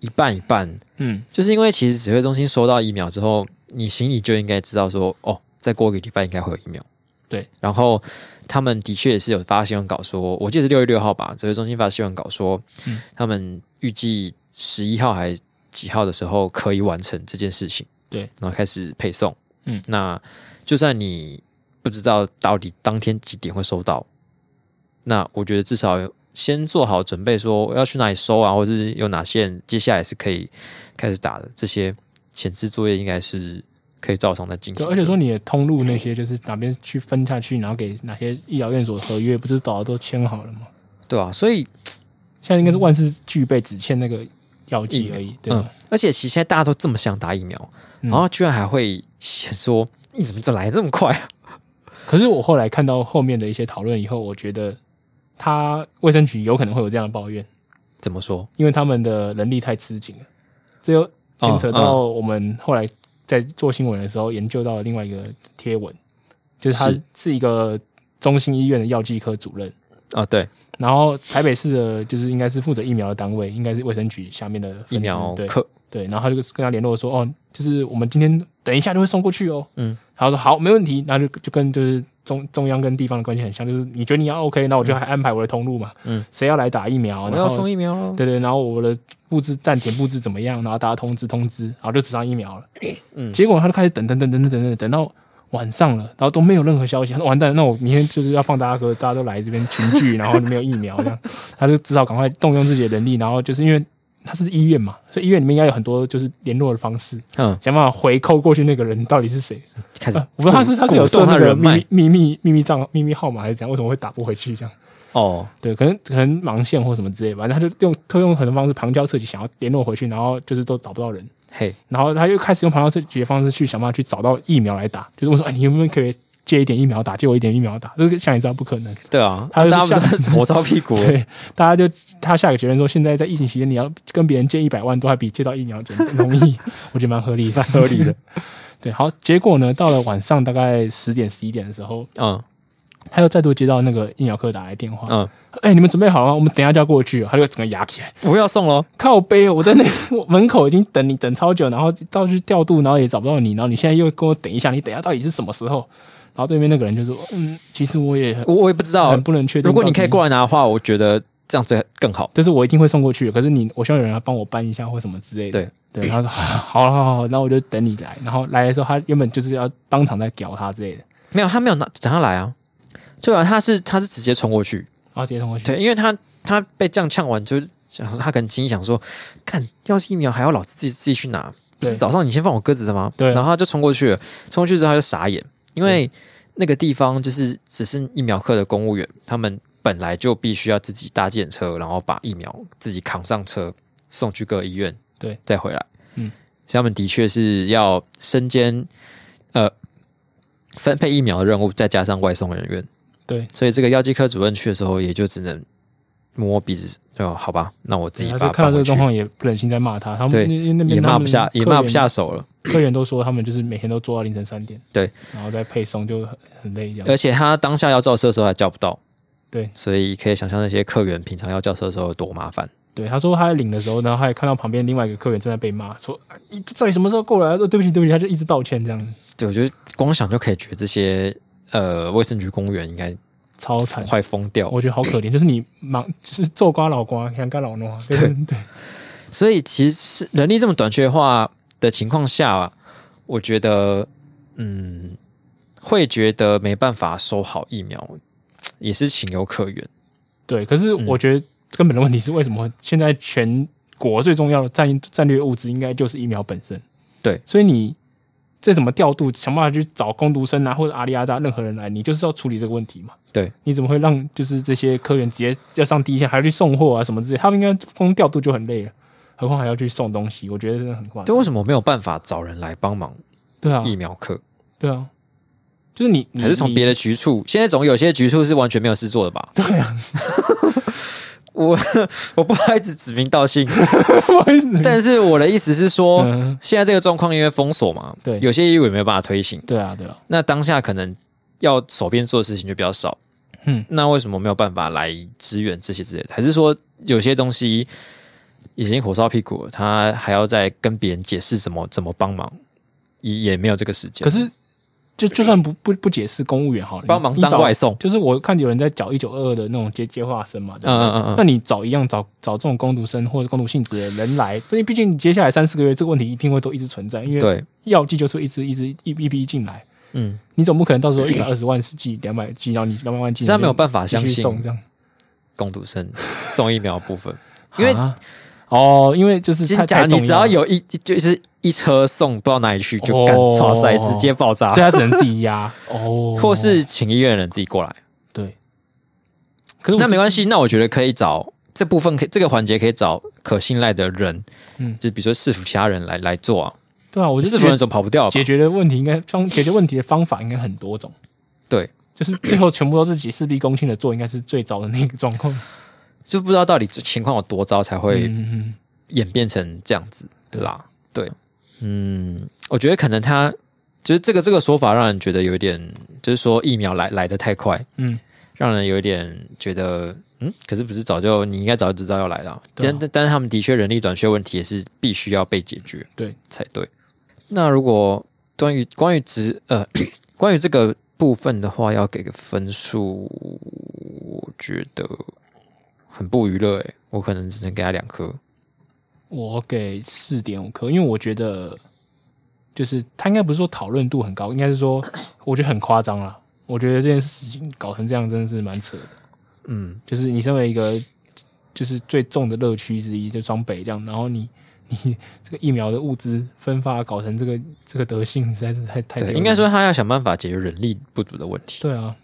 S1: 一半一半，
S2: 嗯，
S1: 就是因为其实指挥中心收到疫苗之后，你心里就应该知道说，哦，再过一个礼拜应该会有疫苗。
S2: 对，
S1: 然后他们的确也是有发新闻稿说，我记得是六月六号吧，指挥中心发新闻稿说，
S2: 嗯
S1: 他们预计十一号还几号的时候可以完成这件事情。
S2: 对，
S1: 然后开始配送。
S2: 嗯
S1: 那就算你不知道到底当天几点会收到，那我觉得至少先做好准备，说要去哪里收啊，或者是有哪些人接下来是可以开始打的，这些前置作业应该是可以照常在进行
S2: 对，
S1: 的。
S2: 而且说你的通路那些，就是哪边去分下去，然后给哪些医疗院所合约，不是早都签好了吗？
S1: 对啊，所以
S2: 现在应该是万事俱备，只欠那个药剂而已，对
S1: 嗯
S2: 吧？，
S1: 而且其实现在大家都这么想打疫苗，
S2: 嗯
S1: 然后居然还会写说你怎么这来得这么快啊？
S2: 可是我后来看到后面的一些讨论以后，我觉得他卫生局有可能会有这样的抱怨，
S1: 怎么说？
S2: 因为他们的人力太吃紧了。这又牵扯到我们后来在做新闻的时候研究到的另外一个贴文，就是他
S1: 是
S2: 是一个中心医院的药剂科主任，
S1: 啊，对，
S2: 然后台北市的就是应该是负责疫苗的单位，应该是卫生局下面的分支
S1: 疫苗
S2: 对哦
S1: 课
S2: 对，然后他就跟他联络说，哦，就是我们今天等一下就会送过去哦。
S1: 嗯，
S2: 然后说好，没问题。然后就就跟就是中中央跟地方的关系很像，就是你觉得你要 OK，那我就还安排我的通路嘛。
S1: 嗯，
S2: 谁要来打疫苗，
S1: 我
S2: 然
S1: 要
S2: 后
S1: 送疫苗喽。
S2: 对对，然后我的布置站点布置怎么样，然后大家通知通知，然后就只上疫苗了。
S1: 嗯
S2: 结果他就开始等等等等等等等等到晚上了，然后都没有任何消息，他说完蛋，那我明天就是要放大家歌，大家都来这边群聚，然后没有疫苗这样，他就只好赶快动用自己的能力，然后就是因为他是医院嘛，所以医院里面应该有很多就是联络的方式，
S1: 嗯，
S2: 想办法回扣过去那个人到底是 谁。
S1: 开始
S2: 呃我不知道他是他是有
S1: 鼓
S2: 设
S1: 动
S2: 那
S1: 他
S2: 个
S1: 人
S2: 秘密
S1: 脉
S2: 秘密秘密账秘密号码还是怎样，为什么会打不回去这样？
S1: 哦，
S2: 对，可能可能盲线或什么之类吧，反正他就用他用很多方式旁敲侧击想要联络回去，然后就是都找不到人，
S1: 嘿，
S2: 然后他又开始用旁敲侧击的方式去想办法去找到疫苗来打，就是问说，哎，你有没有可以借一点疫苗打，借我一点疫苗打？这个像你知道不可能，
S1: 对啊，
S2: 他就是
S1: 大家不
S2: 像？
S1: 都是火烧屁股
S2: 对，大家就他下个结论说，现在在疫情期间，你要跟别人借一百万，都还比借到疫苗简容易， 我觉得蛮合理，蛮合理的。 对，好，结果呢，到了晚上大概十点十一点的时候，
S1: 嗯
S2: 他又再度接到那个疫苗科打来电话，
S1: 嗯，
S2: 哎、你们准备好了吗？我们等一下就要过去了，他就整个牙起来。
S1: 我要送喽。
S2: 靠背哦，我在那个我门口已经等你等超久，然后到处调度，然后也找不到你，然后你现在又跟我等一下，你等一下到底是什么时候？然后对面那个人就说：“嗯，其实我也很
S1: 我我也不知道
S2: 很，不能确定。
S1: 哦如果你可以
S2: 到底，
S1: 过来拿的话，我觉得这样子更好。
S2: 就是我一定会送过去的。可是你，我希望有人来帮我搬一下或什么之类的。
S1: 对
S2: 对，然后说好好好好，那我就等你来。然后来的时候，他原本就是要当场在屌他之类的，
S1: 没有，他没有拿，等他来啊。对啊，他是他是直接冲过去，
S2: 然后直接送过去。
S1: 对，因为他他被这样呛完，就是想他可能心里想说，看要是疫苗还要老子自己自己去拿，不是
S2: 对
S1: 早上你先放我鸽子的吗？
S2: 对
S1: 然后他就冲过去了，冲过去之后他就傻眼，因为那个地方就是只是疫苗课的公务员，他们本来就必须要自己搭建车，然后把疫苗自己扛上车送去各医院，
S2: 对，
S1: 再回来，
S2: 嗯，
S1: 所以他们的确是要身兼呃分配疫苗的任务，再加上外送人员。
S2: 对，
S1: 所以这个药剂科主任去的时候，也就只能摸摸鼻子，就好吧，那我自己
S2: 他
S1: 把
S2: 就
S1: 它
S2: 看到
S1: 搬回
S2: 这个
S1: 去
S2: 状。况也不忍心再骂他，他
S1: 对
S2: 们因为那边
S1: 也
S2: 他
S1: 骂
S2: 们
S1: 不下，也
S2: 客
S1: 骂不
S2: 源
S1: 下手了。
S2: 客人都说他们就是每天都做到凌晨三点，
S1: 对，呃
S2: 然后再配送就很很累这样。
S1: 而且他当下要叫车的时候还叫不到，
S2: 对
S1: 所以可以想象那些客源平常要叫车的时候有多麻烦。
S2: 对，他说他在领的时候，然后他也看到旁边另外一个客人正在被骂，说啊你到底什么时候过来？他说对不起，对不起，他就一直道歉这样子，
S1: 对，我觉得光想就可以觉得这些呃卫生局公务员应该
S2: 超惨。
S1: 快疯掉。
S2: 我觉得好可怜，就是你忙，就是做瓜老瓜，想干老弄啊。对对，
S1: 所以其实是人力这么短缺化的情况下、啊，我觉得嗯会觉得没办法收好疫苗，也是情有可原。
S2: 对，可是
S1: 嗯
S2: 我觉得根本的问题是，为什么现在全国最重要的战战略物资应该就是疫苗本身？
S1: 对，
S2: 所以你这怎么调度，想办法去找工读生啊，或者阿里阿扎任何人来，你就是要处理这个问题嘛？
S1: 对，
S2: 你怎么会让就是这些科员直接要上第一线，还要去送货啊什么之类？他们应该光调度就很累了，何况还要去送东西，我觉得真的很夸
S1: 对，
S2: 张。
S1: 为什么没有办法找人来帮忙
S2: 对啊，
S1: 疫苗课？
S2: 对啊，就是你你
S1: 还是从别
S2: 人
S1: 的局处？现在总有些局处是完全没有事做的吧？
S2: 对啊，
S1: 我我不好意思指名道 姓，
S2: 不好意思
S1: 但是我的意思是说，
S2: 嗯
S1: 现在这个状况因为封锁嘛，
S2: 对
S1: 有些业务也没有办法推行，
S2: 对啊对啊，
S1: 那当下可能要手边做的事情就比较少，
S2: 嗯，
S1: 那为什么没有办法来支援这些之类的？还是说有些东西已经火烧屁股了，他还要再跟别人解释怎么怎么帮忙，也也没有这个时间。
S2: 可是就就算不不不解释公务员好了，你
S1: 帮忙
S2: 你找
S1: 当外送，
S2: 就是我看有人在缴一九二二的那种接接话生嘛，对不
S1: 嗯
S2: 对？
S1: 嗯嗯
S2: 那
S1: 嗯，
S2: 你找一样找找这种工读生或者工读性质的人来，因为毕竟你接下来三四个月这个问题一定会都一直存在，因为
S1: 对，
S2: 药剂就是会一直一直一一批进来，
S1: 嗯，
S2: 你总不可能到时候一百二十万是寄两百寄，然后你两百万寄，
S1: 现在没有
S2: 法
S1: 办法相信
S2: 送这样，
S1: 攻读生送疫苗的部分，因为
S2: 啊哦，因为就是
S1: 其
S2: 太
S1: 实假
S2: 太
S1: 如
S2: 重
S1: 你只要
S2: 了，
S1: 有一就是一车送不知道哪里去，就
S2: 哦
S1: 干超塞，直接爆炸
S2: 所以，他只能自己压哦，
S1: 或是请医院的人自己过来。
S2: 对，可是
S1: 那没
S2: 系，
S1: 关系，那我觉得可以找这部分可以这个环节可以找可信赖的人，
S2: 嗯
S1: 就比如说市府其他人来来做啊，
S2: 对啊，我就
S1: 市
S2: 觉
S1: 府人
S2: 得
S1: 总跑不掉吧
S2: 解？决的问题应该方解决问题的方法应该很多种，
S1: 对，
S2: 就是最后全部都自己事必躬亲的做，应该是最糟的那个 状况。
S1: 就不知道到底情况有多糟才
S2: 嗯
S1: 会
S2: 嗯嗯
S1: 演变成这样子啦。对，嗯，我觉得可能他就是这个这个说法让人觉得有一点，就是说疫苗来来的太快，
S2: 嗯，
S1: 让人有一点觉得，嗯，可是不是早就你应该早就知道要来了啊、
S2: 对啊
S1: 但但但是他们的确人力短缺问题也是必须要被解决，
S2: 对
S1: 才对。那如果关于关于职呃 关于这个部分的话，要给个分数，我觉得很不娱乐诶，我可能只能给他两颗。
S2: 我给四点五颗，因为我觉得就是他应该不是说讨论度很高，应该是说我觉得很夸张啦。我觉得这件事情搞成这样真的是蛮扯的。
S1: 嗯，
S2: 就是你身为一个就是最重的乐区之一，就双北这样，然后你你 这个疫苗的物资分发搞成这个这个德性，实在是太太
S1: 对，
S2: 丢脸
S1: 应该说他要想办法解决人力不足的问题。
S2: 对啊，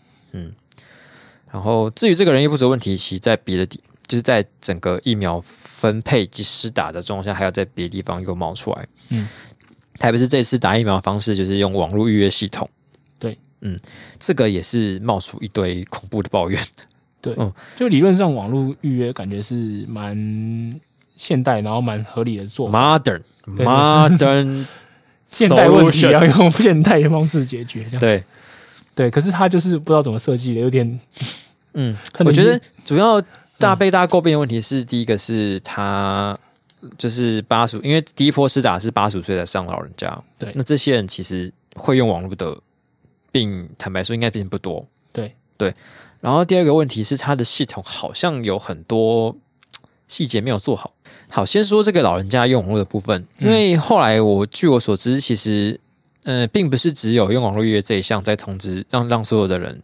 S1: 然后至于这个人力不足的问题，其实在别的地，就是在整个疫苗分配及施打的状况下，还有在别的地方又冒出来。
S2: 嗯，
S1: 台北市这次打疫苗的方式就是用网络预约系统。
S2: 对，
S1: 嗯，这个也是冒出一堆恐怖的抱 怨。
S2: 对，
S1: 嗯
S2: 就理论上网络预约感觉是蛮现代，然后蛮合理的做法。
S1: modern
S2: 对
S1: modern
S2: 现代问题
S1: solution
S2: 要用现代的方式解决，这样
S1: 对，
S2: 对。可是他就是不知道怎么设计的，有点
S1: 嗯，
S2: 可能
S1: 我觉
S2: 是
S1: 得主要大被大家诟病的问题是，第一个是他就是八十，因为第一波施打是八十岁才上的老人家，
S2: 对
S1: 那这些人其实会用网络的，并坦白说应该并不多，
S2: 对
S1: 对。然后第二个问题是，他的系统好像有很多细节没有做好。好，先说这个老人家用网络的部分，因
S2: 嗯
S1: 为后来我据我所知，其实呃，并不是只有用网络预约这一项在通知让让所有的人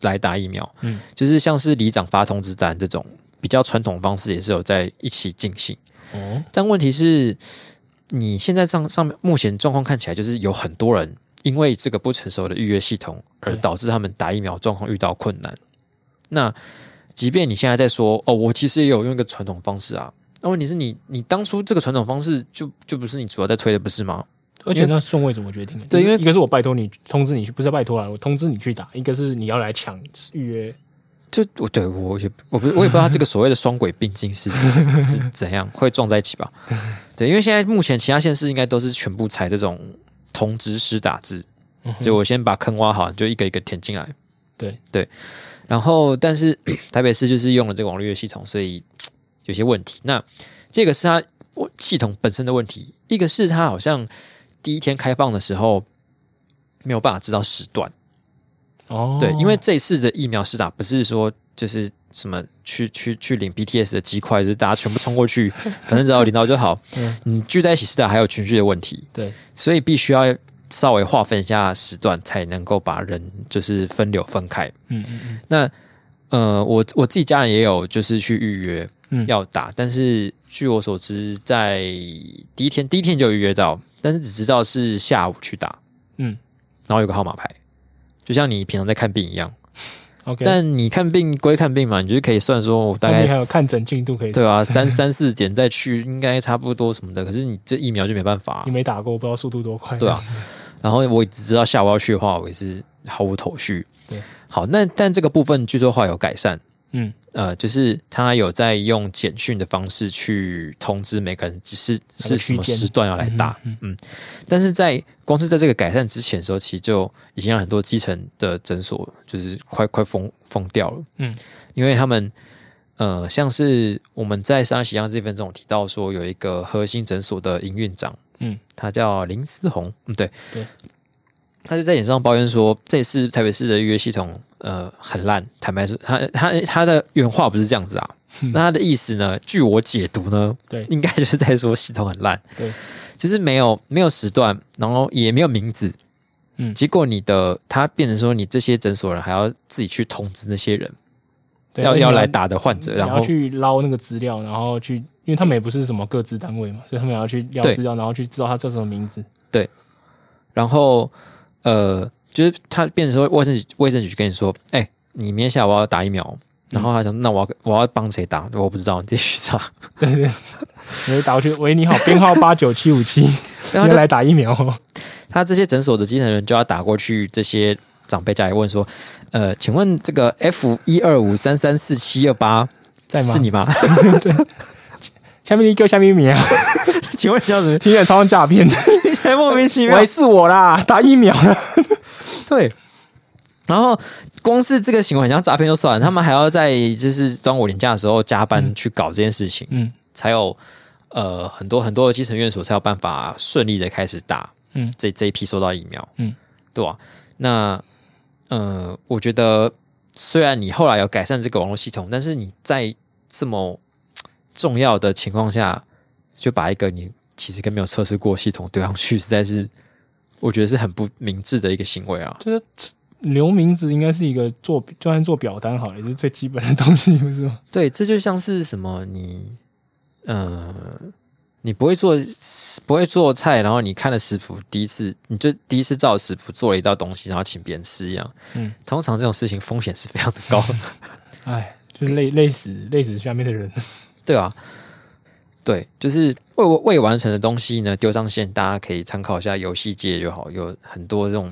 S1: 来打疫苗，
S2: 嗯，
S1: 就是像是里长发通知单这种比较传统方式，也是有在一起进行。
S2: 哦，
S1: 但问题是，你现在上上面目前状况看起来，就是有很多人因为这个不成熟的预约系统，而
S2: 对
S1: 导致他们打疫苗状况遇到困难。那即便你现在在说哦，我其实也有用一个传统方式啊，那问题是你你当初这个传统方式就就不是你主要在推的，不是吗？
S2: 而且那顺位怎么决定的？
S1: 对因为
S2: 一个是我拜托你通知你去，不是拜托啊，我通知你去打；一个是你要来抢预约，
S1: 就我对我也我不我也不知道他这个所谓的双轨并进是是 是怎样会撞在一起吧？对，因为现在目前其他县市应该都是全部采这种通知施打制，
S2: 嗯哼
S1: 就我先把坑挖好，你就一个一个填进来。
S2: 对
S1: 对，然后但是台北市就是用了这个网络约系统，所以有些问题。那这个是它我系统本身的问题，一个是它好像第一天开放的时候没有办法知道时段。
S2: 哦，
S1: 对，因为这一次的疫苗施打不是说就是什么去去去领 BTS 的鸡块，就是大家全部冲过 去，反正只要有领到就好。
S2: 嗯
S1: 你聚在一起施打还有群聚的问题，
S2: 对
S1: 所以必须要稍微划分一下时段，才能够把人就是分流分开。
S2: 嗯嗯嗯
S1: 那呃，我我自己家人也有就是去预约
S2: 嗯
S1: 要打，但是据我所知，在第一天第一天就有预约到，但是只知道是下午去打，
S2: 嗯
S1: 然后有个号码牌，就像你平常在看病一样。
S2: ，OK，
S1: 但你看病归看病嘛，你就是可以算说，我大
S2: 那
S1: 概
S2: 你还有看诊进度可 以，
S1: 对啊，三三四点再去应该差不多什么的。可是你这疫苗就没办法啊、
S2: 你没打过，不知道速度多快，
S1: 对啊，然后我只知道下午要去的话，我也是毫无头绪。
S2: 对，
S1: 好，那但这个部分据说后来有改善，
S2: 嗯，
S1: 呃，就是他有在用简讯的方式去通知每个人是
S2: 哪
S1: 是什
S2: 个区
S1: 么
S2: 间
S1: 时段要来打，
S2: 嗯
S1: 但是在光是在这个改善之前的时候，其实就已经让很多基层的诊所就是快快疯疯掉了。
S2: 嗯，
S1: 因为他们呃，像是我们在上一期《让这分钟》提到说，有一个核心诊所的营运长，
S2: 嗯，
S1: 他叫林思宏，嗯，对，
S2: 对，
S1: 他就在脸上抱怨说，这次台北市的预约系统呃很烂。坦白说，他他他的原话不是这样子啊，那他的意思呢？据我解读呢，
S2: 对
S1: 应该就是在说系统很烂，
S2: 对，
S1: 就是没有没有时段，然后也没有名字。
S2: 嗯
S1: 结果你的他变成说，你这些诊所人还要自己去通知那些人，
S2: 对
S1: 要
S2: 而且
S1: 要
S2: 你
S1: 来打的患者，
S2: 你
S1: 然
S2: 要
S1: 后
S2: 去捞那个资料，然后去，因为他们也不是什么各自单位嘛，所以他们也要去捞
S1: 对
S2: 资料，然后去知道他叫什么名字。
S1: 然后呃，就是他变成说卫生局卫生局跟你说，哎、你明天下午要打疫苗，然后他想，那我要我要帮谁打？我不知道，你自己去 查。
S2: 你会打过去，喂，你好，编号八九七五七，
S1: 然
S2: 要
S1: 后他就
S2: 来打疫苗哦。
S1: 他这些诊所的基层人就要打过去这些长辈家里问说，呃，请问这个 F 一二五三三四七二八
S2: 在吗
S1: 是你吗？
S2: 下面你给我下面一名啊，
S1: 请问你叫什么？
S2: 听起来超像诈 骗的。
S1: 听起来莫名其妙
S2: 喂，。是我啦，打疫苗了。
S1: 对。然后光是这个行为很像诈骗就算了，他们还要在就是端午年假的时候加班去搞这件事情，
S2: 嗯
S1: 才有呃很多很多的基层院所才有办法顺利的开始打
S2: 嗯
S1: 这这一批收到疫苗，
S2: 嗯，
S1: 对吧、那呃，我觉得虽然你后来有改善这个网络系统，但是你在这么重要的情况下，就把一个你其实跟没有测试过的系统丢上去，实在是我觉得是很不明智的一个行为啊。
S2: 就是留名字应该是一个做，就算做表单好了，也是最基本的东西，不是吗？
S1: 对，这就像是什么你，呃，你不会做不会做菜，然后你看了食谱，第一次你就第一次照食谱做了一道东西，然后请别人吃一样。
S2: 嗯，
S1: 通常这种事情风险是非常的高的，
S2: 哎，就是累累死累死下面的人。
S1: 对吧、对，就是未未完成的东西呢，丢上线，大家可以参考一下游戏界就好，有很多这种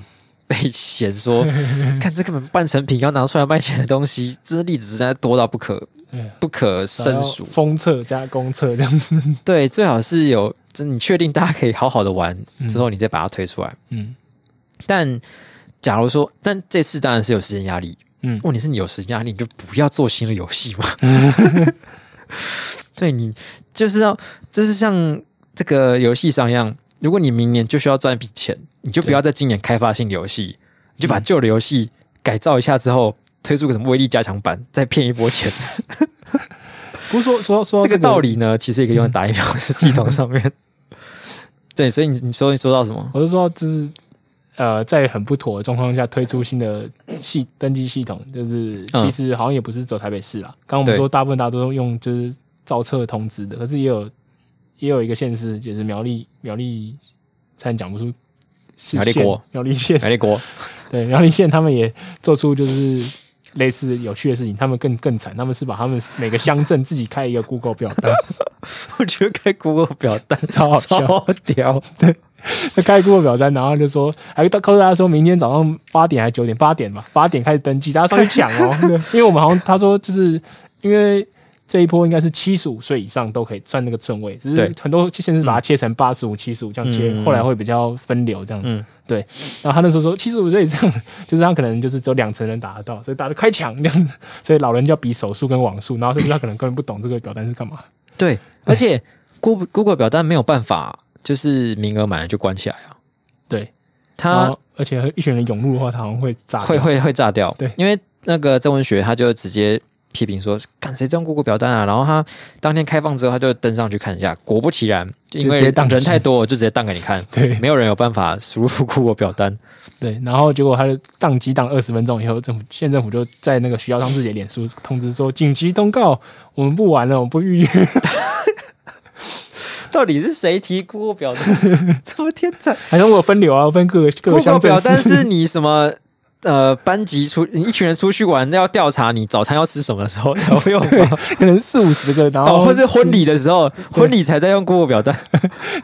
S1: 被嫌说，看这根本半成品要拿出来卖钱的东西，这例子实在多到不可
S2: 对啊
S1: 不可
S2: 然
S1: 胜
S2: 后
S1: 数。
S2: 封测加公测这样子。
S1: 对，最好是有，这你确定大家可以好好的玩之后，你再把它推出来。
S2: 嗯
S1: 但假如说，但这次当然是有时间压力。
S2: 嗯
S1: 问题是你有时间压力，你就不要做新的游戏 嘛。 对你就是要，就是像这个游戏商一样，如果你明年就需要赚一笔钱，你就不
S2: 对
S1: 要在今年开发新的游戏，你就把
S2: 嗯
S1: 旧的游戏改造一下之后，推出个什么威力加强版，再骗一波钱。
S2: 不是说说说到
S1: 这个
S2: 个
S1: 道，理呢，其实也可以用在打疫苗的系统上面。 对，所以你你说你说到什么？
S2: 我是说，就是呃，在很不妥的状况下推出新的系登记系统，就是
S1: 嗯
S2: 其实好像也不是走台北市啦。刚刚我们
S1: 对
S2: 说大部分大家都用就是造册通知的，可是也有也有一个县市，就是苗栗苗栗，差点讲不出是
S1: 苗栗
S2: 县
S1: 国哎
S2: 苗栗县
S1: 美利国，
S2: 对苗栗县，他们也做出就是类似有趣的事情，他们更更惨，他们是把他们每个乡镇自己开一个 Google 表 单，
S1: 我觉得开 Google 表单
S2: 超好笑
S1: 超屌，
S2: 他开 Google 表单，然后就说，还告诉大家说明天早上八点还是九点，八点吧，八点开始登记，大家上去抢 哦。对因为我们好像他说就是因为这一波应该是七十五岁以上都可以算那个顺位，只
S1: 对
S2: 是很多现在是把它切成八十五、七十五这样切，
S1: 嗯
S2: 后来会比较分流这样。
S1: 嗯
S2: 对。然后他那时候说七十五岁以上，就是他可能就是只有两成人打得到，所以大家就快抢这样子，所以老人就要比手速跟网速，然后所以他可能根本不懂这个表单是干嘛。
S1: 对，而且 Google Google 表单没有办法，就是名额满了就关起来啊，
S2: 对，然
S1: 它
S2: 后而且一群人涌入的话，他好像会炸掉。
S1: 会会会哦炸掉。
S2: 对
S1: 因为那个郑文学他就直接批评说，干谁在用 Google 表单啊？然后他当天开放之后，他就登上去看一下，果不其然，就因
S2: 就
S1: 为
S2: 直接当
S1: 人
S2: 起
S1: 太多，我就直接当给你看，
S2: 对
S1: 没有人有办法输入 Google 表单。
S2: 对，然后结果他就宕机宕二十分钟以后，政府县政府就在那个徐耀昌自己的脸书通知说，紧急通告，我们不玩了，我们不预约。
S1: 到底是谁提 Google 表单？ 这么天才
S2: 还说我有分流啊，分各个各个
S1: ！Google
S2: 乡镇
S1: 表单
S2: 市。
S1: 是你什么？呃，班级出你一群人出去玩，要调查你早餐要吃什么的时候才 会用吧，
S2: 可能四五十个，然后、
S1: 哦，或是婚礼的时候，婚礼才在用 Google 表单。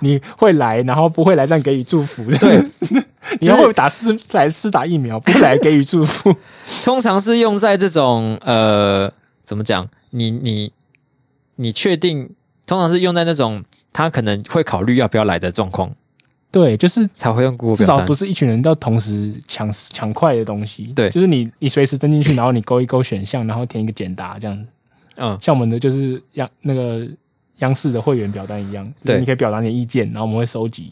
S2: 你会来，然后不会来但给予祝福。
S1: 对，
S2: 你要会打是 来是打疫苗，不来给予祝福。
S1: 通常是用在这种呃怎么讲？你你你确定，通常是用在那种他可能会考虑要不要来的状况，
S2: 对，就是
S1: 才会用 Google
S2: 至
S1: 表
S2: 少
S1: 单
S2: 不。是一群人要同时抢抢快的东西。
S1: 对
S2: 就是你你随时登进去，然后你勾一勾选项，然后填一个简答这样子。
S1: 嗯，
S2: 像我们的就是央那个央视的会员表单一样，就是
S1: 对
S2: 你可以表达你的意见，然后我们会收集。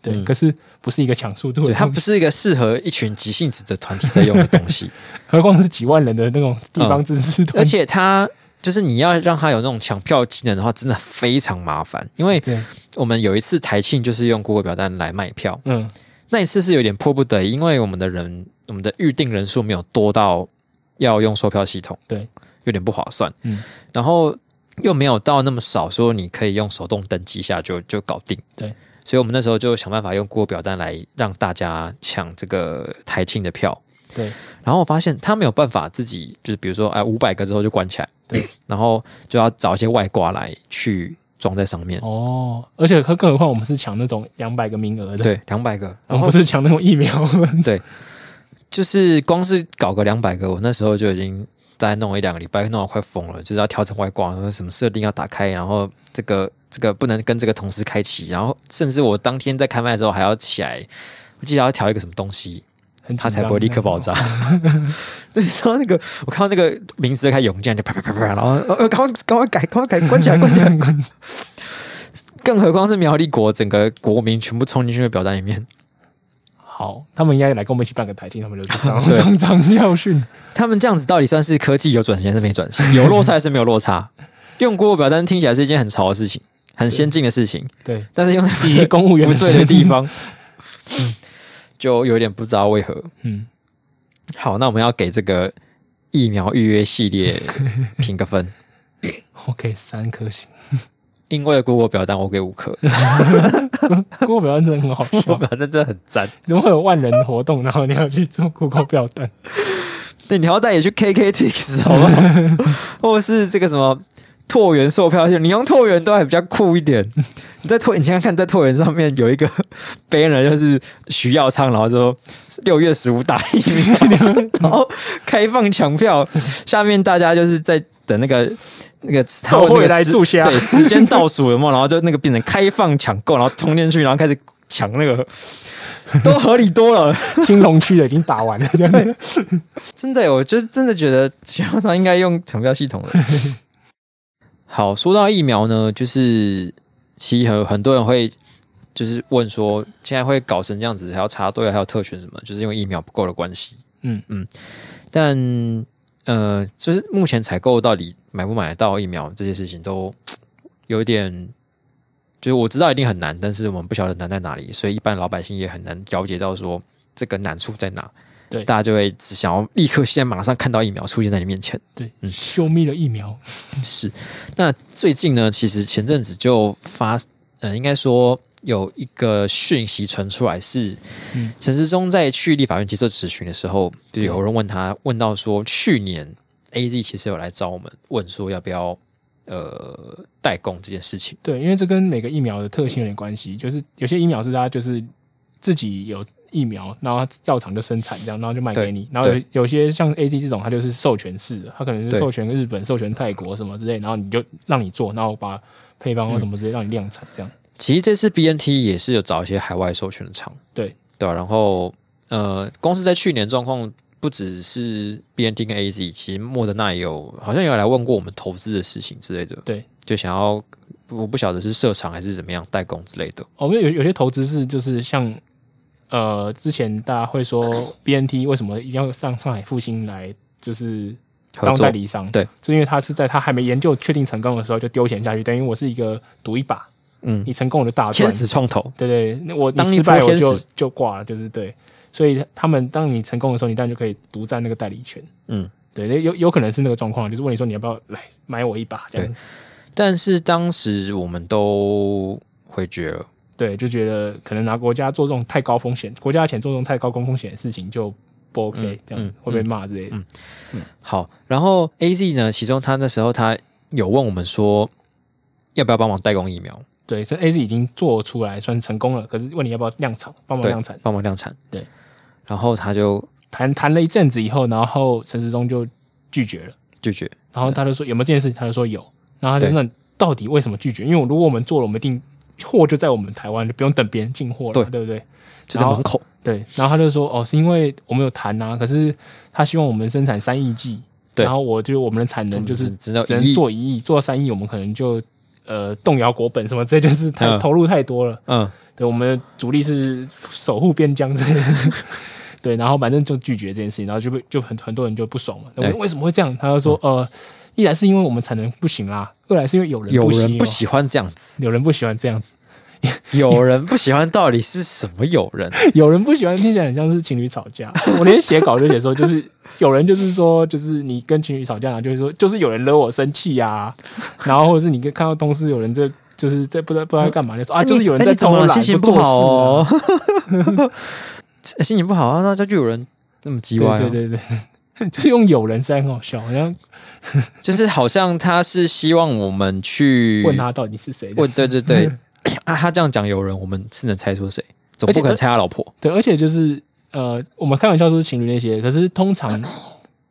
S2: 对，
S1: 嗯
S2: 可是不是一个抢速度
S1: 对，
S2: 的
S1: 它
S2: 东西，
S1: 不是一个适合一群急性子的团体在用的东西，
S2: 何况是几万人的那种地方自治
S1: 嗯
S2: 团、
S1: 而且它就是你要让它有那种抢票技能的话，真的非常麻烦。因为
S2: 对，
S1: 我们有一次台庆就是用 Google 表单来卖票，
S2: 嗯，
S1: 那一次是有点迫不得已，因为我们的人，我们的预定人数没有多到要用售票系统，
S2: 对，
S1: 有点不划算。
S2: 嗯，
S1: 然后又没有到那么少，说你可以用手动登记一下就就搞定。
S2: 对，
S1: 所以我们那时候就想办法用 Google 表单来让大家抢这个台庆的票。
S2: 对，
S1: 然后我发现他没有办法自己，就是比如说，哎，五百个之后就关起来，
S2: 对，
S1: 然后就要找一些外挂来去装在上面。
S2: 哦，而且更更何况我们是抢那种两百个名额的，
S1: 对，两百个，
S2: 我
S1: 然
S2: 们
S1: 后
S2: 不是抢那种疫 苗。
S1: 就是光是搞个两百个，我那时候就已经大概弄了一两个礼拜，弄到快疯了，就是要调整外挂，然后什么设定要打开，然后这个这个不能跟这个同时开启，然后甚至我当天在开麦的时候还要起来，我记得要调一个什么东西，
S2: 很紧
S1: 它
S2: 张
S1: 才不会立刻爆炸。 那时候那个我看到那个名字就开始涌进来，就啪啪啪啪，然后呃赶快赶快改，赶快改，关起来，关起来，关。更何况是苗栗国整个国民全部冲进去的表单里面，
S2: 好，他们应该来跟我们一起办个台庆，他们就 知道
S1: 对
S2: 中长教训。
S1: 他们这样子到底算是科技有转型还是没转型？有落差还是没有落差？用 Google 表单听起来是一件很潮的事情，很先进的事情，
S2: 对，
S1: 但是用在不
S2: 以及
S1: 对
S2: 公务员
S1: 不对的地
S2: 身份，
S1: 方，就有点不知道为何。
S2: 嗯，
S1: 好，那我们要给这个疫苗预约系列评个分，
S2: 我给三颗星。
S1: 因为 Google 表单我给五 颗，
S2: Google 表单真的很好
S1: Google
S2: 笑，
S1: 表单真的很赞。
S2: 怎么会有万人活动，然后你要去做 Google 表单？
S1: 对，你好歹也去 KKTix 好不好？ 或是这个什么拓元售票系统，你用拓元都还比较酷一点。你在拓，你想想看，在拓元上面有一个 banner，就是徐耀昌，然后说六月十五打疫苗，然后开放抢票，下面大家就是在等那个。那个他们那个
S2: 会来
S1: 时
S2: 注销
S1: 对时间倒数了嘛，然后就那个变成开放抢购，然后冲进去，然后开始抢那个，都合理多了。
S2: 青龙区的已经打完了，这样子。
S1: 真的耶，我就是真的觉得学校上应该用抢票系统了。好，说到疫苗呢，就是其实很很多人会就是问说，现在会搞成这样子，还要插队，还有特权什么，就是因为疫苗不够的关系。
S2: 嗯
S1: 嗯，但呃，就是目前采购到底买不买得到疫苗这些事情都有点。就是我知道一定很难，但是我们不晓得难在哪里，所以一般老百姓也很难了解到说这个难处在哪。
S2: 对
S1: 大家就会只想要立刻现在马上看到疫苗出现在你面前。
S2: 对，
S1: 嗯
S2: 秀密了疫苗，
S1: 是，那最近呢，其实前阵子就发，呃，应该说有一个讯息传出来是，
S2: 嗯
S1: 陈时中在去立法院接受质询的时候，就有人问他，问到说，去年 A Z 其实有来找我们问说要不要呃代工这件事情，
S2: 对，因为这跟每个疫苗的特性有点关系，就是有些疫苗是大家就是自己有疫苗，然后药厂就生产这样，然后就卖给
S1: 对
S2: 你。然后有
S1: 对
S2: 有些像 A Z 这种，它就是授权式的，它可能是
S1: 对
S2: 授权日本、授权泰国什么之类，然后你就让你做，然后把配
S1: 嗯
S2: 方或什么之类让你量产这样。
S1: 其实这次 B N T 也是有找一些海外授权的厂，
S2: 对
S1: 对啊、然后呃，公司在去年状况不只是 B N T 跟 A Z，其实莫德纳也有好像有来问过我们投资的事情之类的，
S2: 对，
S1: 就想要我不晓得是设厂还是怎么样代工之类的，
S2: 我哦们有有些投资是就是像呃，之前大家 会说 B N T 为什么一定要上上海复兴来就是
S1: 合
S2: 当
S1: 作
S2: 代理商？
S1: 对，
S2: 就因为他是在他还没研究确定成功的时候就丢钱下去，等于我是一个赌一把，
S1: 嗯
S2: 你，成功我就大赚
S1: 天，使创投，
S2: 对对，那我
S1: 当
S2: 你
S1: 一
S2: 失败
S1: 波
S2: 我
S1: 天
S2: 就
S1: 使
S2: 就挂了，就是对。所以他们当你成功的时候，你当然就可以独占那个代理权。
S1: 嗯，
S2: 对，那有有可能是那个状况，就是问你说你要不要来买我一把这样子。
S1: 但是当时我们都回绝了，
S2: 对，就觉得可能拿国家做这种太高风险，国家的钱做这种太高风险的事情就不 OK，、
S1: 嗯
S2: 这样子
S1: 嗯
S2: 会被骂之类的。
S1: 好，然后 A Z 呢，其中他那时候他有问我们说要不要帮忙代工疫苗，
S2: 对，这 A 是已经做出来，算是成功了。可是问你要不要量产，帮忙
S1: 对
S2: 量产，，
S1: 帮忙量产，
S2: 对，
S1: 然后他就
S2: 谈谈了一阵子以后，然后陈时中就拒绝了。
S1: 拒绝，
S2: 然后他就说有没有这件事情，他就说有，然后他就
S1: 对
S2: 那到底为什么拒绝？因为我如果我们做了，我们一定货就在我们台湾，就不用等别人进货了，
S1: 对
S2: 对不对？
S1: 就在
S2: 然后
S1: 门口。
S2: 对，然后他就说哦，是因为我们有谈啊，可是他希望我们生产三亿剂，
S1: 对
S2: 然后我就我们的产能就是
S1: 只只能
S2: 只能做一亿，做到三亿，我们可能就呃动摇国本什么，这就是太、
S1: 嗯
S2: 投入太多了。
S1: 嗯，
S2: 对，我们的主力是守护边 疆之类的。对，然后反正就拒绝这件事情，然后就被就很很多人就不爽嘛。那
S1: 对
S2: 为为什么会这样？他就说，
S1: 嗯
S2: 呃，一来是因为我们产能不行啦，二来是因为有人
S1: 有
S2: 喜
S1: 人不
S2: 不，
S1: 喜欢这样子，
S2: 有人不喜欢这样子，哦
S1: 有人不喜欢，到底是什么有人？
S2: 有人不喜欢听起来很像是情侣吵架。我那天写稿就写说，就是有人就是说，就是你跟情侣吵架，然后就是说，就是有人惹我生气呀、然后或者是你跟看到同事有人这就是在不知道不知道干嘛，就 说啊，
S1: 哎
S2: 就是
S1: 你
S2: 有人
S1: 哎
S2: 在
S1: 你怎
S2: 偷
S1: 么
S2: 懒
S1: 心情
S2: 不做事、
S1: 好
S2: 啊。
S1: 哦， 心情不好啊，那这就有人这么叽歪、啊，
S2: 对对对对， 就是用有人实在很好笑，好像
S1: 就是好像他是希望我们去
S2: 问他到底是谁的。
S1: 问对对 对啊，他这样讲有人，我们是能猜出谁，总不可能猜他老婆，
S2: 对，而且就是呃，我们开玩笑说是情侣那些，可是通常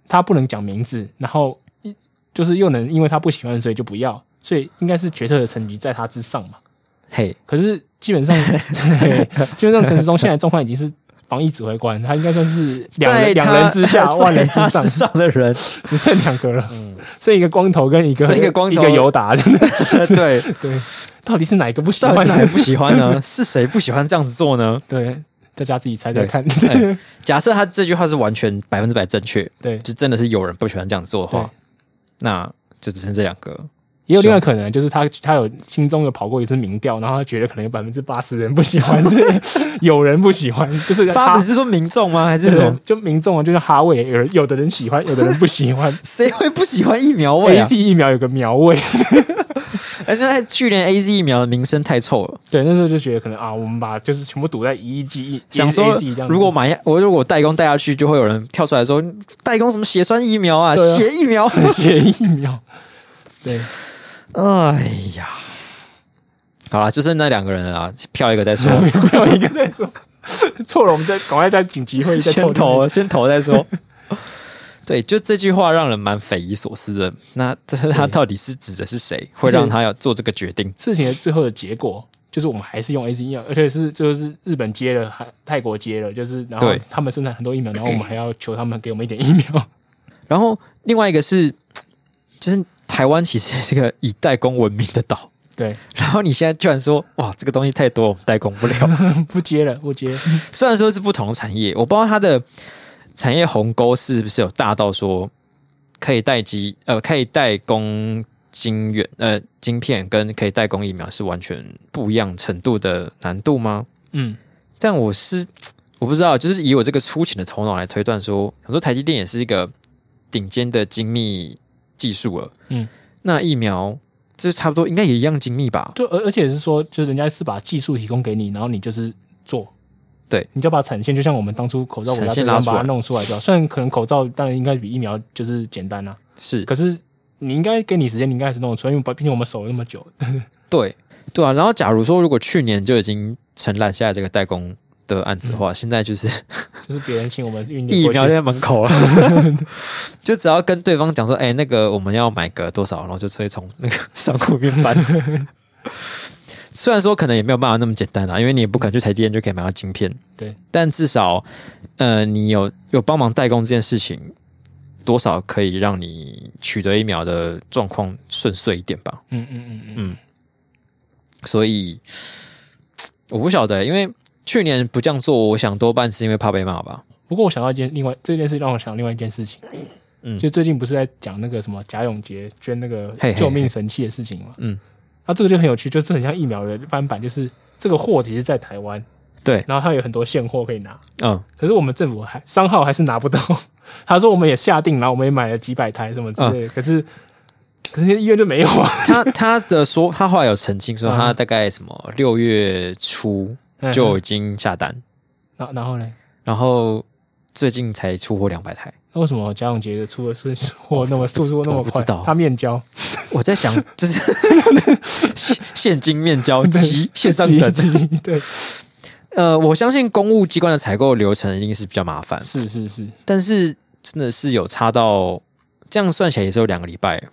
S2: 他不能讲名字，然后一就是又能因为他不喜欢，所以就不要，所以应该是决策的成绩在他之上嘛。
S1: 嘿，
S2: 可是 基本上，对基本上陈时中现在的状况已经是防疫指挥官，他应该算是 两
S1: 在
S2: 人两
S1: 他
S2: 人之下，万人之
S1: 在他
S2: 上
S1: 之，上的 人，
S2: 只剩两个了，剩一个光头跟一个
S1: 剩一个光头
S2: 一个尤达，真 的
S1: 对，
S2: 对，到底是哪一个不喜
S1: 到底
S2: 欢
S1: 是
S2: 呢
S1: 哪？里不喜欢 呢？是谁不喜欢这样子做呢？
S2: 对，大家自己猜 猜看。
S1: 哎假设他这句话是完全百分之百正确，
S2: 对，
S1: 就真的是有人不喜欢这样子做的
S2: 对
S1: 话，，那就只剩这两个。
S2: 也有另外可能，就是他他有心中有跑过一次民调，然后他觉得可能有百分之八十人不喜欢，这有人不喜欢，就是
S1: 八
S2: 哈
S1: 本是说民众吗？还是什
S2: 对
S1: 么？
S2: 就民众啊，就 是哈味，有人有的人喜欢，有的人不喜欢。
S1: 谁会不喜欢疫苗味
S2: A
S1: 啊？
S2: C 疫苗有个苗味，
S1: 而且在去年 A Z 疫苗的名声太臭了，
S2: 对，那时候就觉得可能啊，我们把就是全部堵在一亿剂一
S1: 想说
S2: A C 这样子，
S1: 如果买我如果代工带下去，就会有人跳出来说代工什么血栓疫苗啊，
S2: 对啊
S1: 血疫苗。
S2: 写疫苗，对
S1: 哎呀，好啦，就剩那两个人了啊，票一个再说，
S2: 没有一个在说错了，我们再赶快在紧急会议再
S1: 先
S2: 透露
S1: 投先投再说。 对，就这句话让人蛮匪夷所思的。那这是他
S2: 对
S1: 到底是指的是谁，会让他要做这个决定？
S2: 事情的最后的结果，就是我们还是用 A C 疫苗，而且是就是日本接了，还泰国接了，就是然后
S1: 对
S2: 他们生产很多疫苗，然后我们还要求他们给我们一点疫苗。
S1: 然后另外一个是，就是台湾其实是个以代工闻名的岛，
S2: 对，
S1: 然后你现在居然说哇，这个东西太多，我们代工不了。
S2: 不接了，不接。
S1: 虽然说是不同的产业，我不知道它的产业鸿沟是不是有大到说可以代机呃可以代工晶圆呃晶片跟可以代工疫苗是完全不一样程度的难度吗？
S2: 嗯，
S1: 但我是我不知道，就是以我这个粗浅的头脑来推断说，想说台积电也是一个顶尖的精密技术了，
S2: 嗯，
S1: 那疫苗这差不多应该也一样精密吧？
S2: 就而而且是说，就是人家是把技术提供给你，然后你就是做。
S1: 对，
S2: 你就把产线，就像我们当初口罩国家
S1: 产
S2: 队
S1: 线
S2: 一
S1: 拉
S2: 样
S1: 出来
S2: 把它弄出来就好。虽然可能口罩当然应该比疫苗就是简单啦、
S1: 是
S2: 可是你应该给你时间，你应该还是弄得出来，因为毕竟我们守了那 么久。
S1: 对对啊，然后假如说如果去年就已经承揽下来这个代工的案子的话，现在就是
S2: 就是别人请我们运
S1: 嗯
S2: 点
S1: 疫
S2: 过去
S1: 苗就在门口了， 就只要跟对方讲说，哎、那个我们要买个多少，然后就直接从那个 商库里面搬。 虽然说可能也没有办法那么简单啊，因为你也不可能去台积电就可以买到晶片，
S2: 对，
S1: 但至少呃，你有有帮忙代工这件事情，多少可以让你取得疫苗的状况顺遂一点吧。
S2: 嗯嗯嗯嗯，
S1: 所以我不晓得欸、因为去年不这样做，我想多半是因为怕被骂吧。
S2: 不过我想到一件另外这件事，让我想到另外一件事情，
S1: 嗯
S2: 就最近不是在讲那个什么贾永杰捐那个
S1: 嘿嘿嘿
S2: 救命神器的事情嘛，
S1: 嗯，
S2: 那、这个就很有趣，就是很像疫苗的翻版，就是这个货其实在台湾，
S1: 对，
S2: 然后它有很多现货可以拿，
S1: 嗯
S2: 可是我们政府还商号还是拿不到， 他说我们也下定，然后我们也买了几百台什么
S1: 嗯
S2: 之类的，可是可是医院就没有啊，
S1: 他他的说，他后来有澄清说，
S2: 嗯
S1: 他大概什么六月初 就已经下单，
S2: 哎然后然后呢？
S1: 然后最近才出货两百台。
S2: 那为什么贾永杰的出的顺货那么速度那么
S1: 我 不
S2: 快
S1: 知道？
S2: 他面交，
S1: 我在 想，就是现现金面交 期线上等。
S2: 等，对，
S1: 呃，我相信公务机关的 采购流程一定是比较麻烦，
S2: 是是是，
S1: 但是真的是有差到这样算起来也是有两个礼拜，啊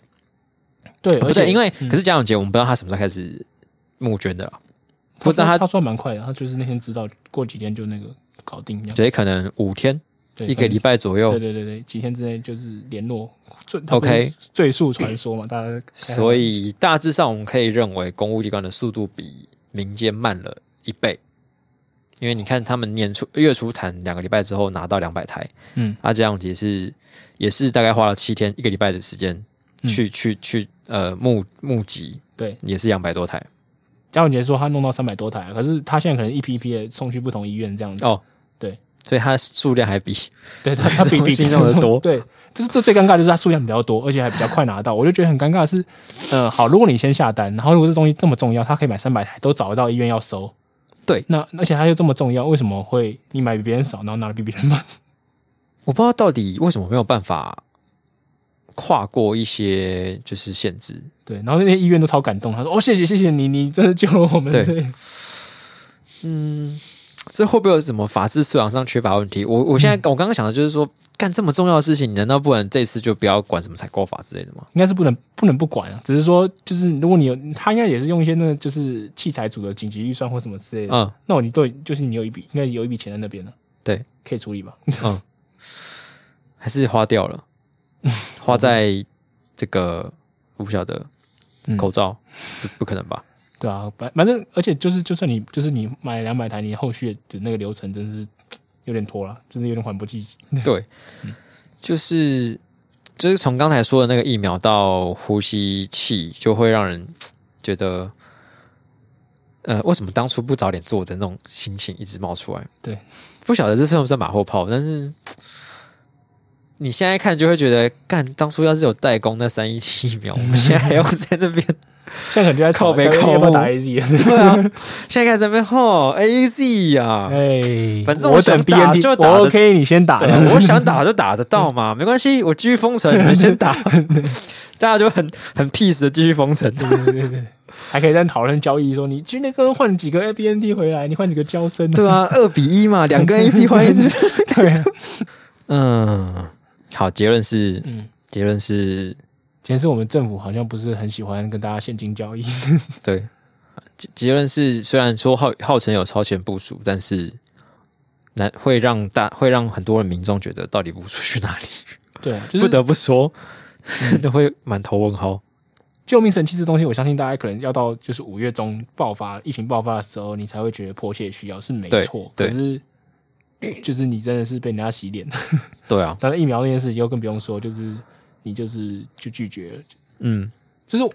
S2: 对，
S1: 不
S2: 而
S1: 对，
S2: 且
S1: 因为
S2: 嗯
S1: 可是家长节我们不知道他什么时候开始募捐的啊啦，不知道
S2: 他
S1: 他
S2: 他算蛮快的，他就是那天知道，过几天就那个搞定这样。
S1: 所以可能五天
S2: 对，
S1: 一个礼拜左
S2: 对
S1: 右，
S2: 对对对，几天之内就是联络最
S1: OK
S2: 最速传说嘛，大家开
S1: 所以大致上我们可以认为公务机关的速度比民间慢了一倍，因为你看他们年初月初谈两个礼拜之后拿到两百台，
S2: 嗯
S1: 啊，这样也是也是大概花了七天一个礼拜的时间
S2: 嗯
S1: 去、去去呃募募集，
S2: 对，
S1: 也是两百多台
S2: 嘉永杰说他弄到三百多台，可是他现在可能一批一批的送去不同医院这样子。
S1: 哦，
S2: 对，
S1: 所以它数量还比
S2: 对，他他比
S1: 东
S2: 比
S1: 西弄得多
S2: 对，这是这最尴尬的就是他数量比较多，而且还比较快拿到。我就觉得很尴尬的是，呃，好，如果你先下单，然后如果这东西这么重要，他可以买三百台都找得到医院要收。
S1: 对
S2: 那而且他又这么重要，为什么会你买比别人少，然后拿的比别人慢？
S1: 我不知道到底为什么没有办法跨过一些就是限制，
S2: 对，然后那些医院都超感动，他说：“哦，谢谢谢谢你，你真的救了我们。”
S1: 对
S2: 对，
S1: 这会不会有什么法治素养上缺乏问题？我我现在、
S2: 嗯
S1: 我刚刚想的就是说，干这么重要的事情，你难道不能这次就不要管什么采购法之类的吗？
S2: 应该是不能不能不管啊，只是说就是如果你有，他应该也是用一些那个就是器材组的紧急预算或什么之类的。
S1: 嗯，
S2: 那我你对，就是你有一笔，应该有一笔钱在那边了，
S1: 对，
S2: 可以处理吧？
S1: 嗯还是花掉 了，花在这个我不晓得
S2: 嗯
S1: 口罩，不不可能吧？
S2: 对啊，反反正而且就是就算你就是你买两百台，你后续的那个流程真是有点拖了，就是有点缓不济急。
S1: 对，就是就是从刚才说的那个疫苗到呼吸器，就会让人觉得，呃，为什么当初不早点做的那种心情一直冒出来？
S2: 对，
S1: 不晓得这算不算马后炮，但是你现在看就会觉得，干当初要是有代工那三一 七疫苗，我们现在还要在那 边
S2: 现在可能就在吵
S1: 靠北
S2: 要
S1: 靠
S2: 不要打
S1: 木
S2: AZ？
S1: 对啊，现在开始在那边吼 A Z 啊呀，
S2: 哎，
S1: 反正我
S2: 我
S1: 想
S2: 等
S1: 打
S2: BNT，
S1: 就打
S2: 我
S1: 的
S2: OK，你先打。
S1: 对啊，我想打就打得到 嘛，没关系，我继续封城，你们先 打，大家就很很 peace 的继续封城。
S2: 对对对对，还可以在讨论交易，说你去那个换几个 BNT 回来，你换几个交 生、
S1: 对啊，二比一嘛，两根 A C 换一支。
S2: 对啊，
S1: 嗯，好，结论是，
S2: 嗯，
S1: 结论是
S2: 其实我们政府好像不是很喜欢跟大家现金交易。
S1: 对，结结论是，虽然说号号称有超前部署，但是难会让大会让很多人民众觉得到底部署去哪里，
S2: 对啊，就
S1: 不
S2: 是
S1: 得不说， 都会满头问号。
S2: 救命神器这东西，我相信大家可能要到就是五月中爆发疫情爆发的时候，你才会觉得迫切需要，是没
S1: 对
S2: 错。
S1: 对
S2: 可是就是你真的是被人家洗脸，
S1: 对啊，
S2: 但是疫苗那件事情又更不用说，就是你就是就拒绝了，
S1: 嗯，
S2: 就是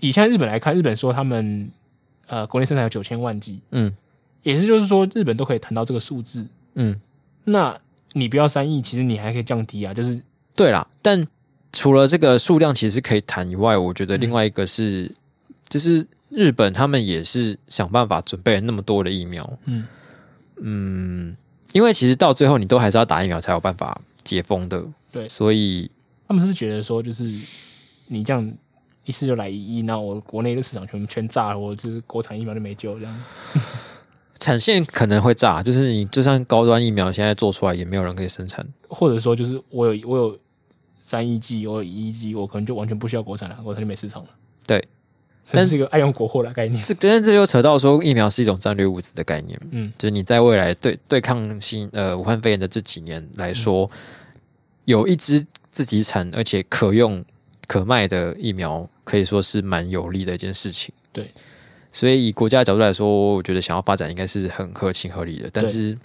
S2: 以现在日本来看，日本说他们呃国内生产有九千万剂，
S1: 嗯，
S2: 也是就是说日本都可以谈到这个数字，
S1: 嗯。
S2: 那你不要三亿，其实你还可以降低啊，就是
S1: 对啦，但除了这个数量其实可以谈以外，我觉得另外一个是，就是日本他们也是想办法准备了那么多的疫苗，
S2: 嗯
S1: 嗯，因为其实到最后你都还是要打疫苗才有办法解封的，
S2: 对
S1: 所以
S2: 他们是觉得说就是你这样。一次就来一亿，那我国内的市场全部全炸了，我就是国产疫苗就没救这样。
S1: 产线可能会炸，就是你就算高端疫苗现在做出来，也没有人可以生产。
S2: 或者说就是我有我有三亿剂，我有一亿剂，我可能就完全不需要国产了，国产就没市场了。
S1: 对，
S2: 但是一个爱用国货的概念。
S1: 这但是这又扯到说疫苗是一种战略物资的概念，
S2: 嗯，
S1: 就是你在未来对对抗新呃武汉肺炎的这几年
S2: 嗯
S1: 来说，有一支自己产而且可用可卖的疫苗，可以说是蛮有利的一件事情。
S2: 对，
S1: 所以以国家的角度来说，我觉得想要发展应该是很合情合理的，但是。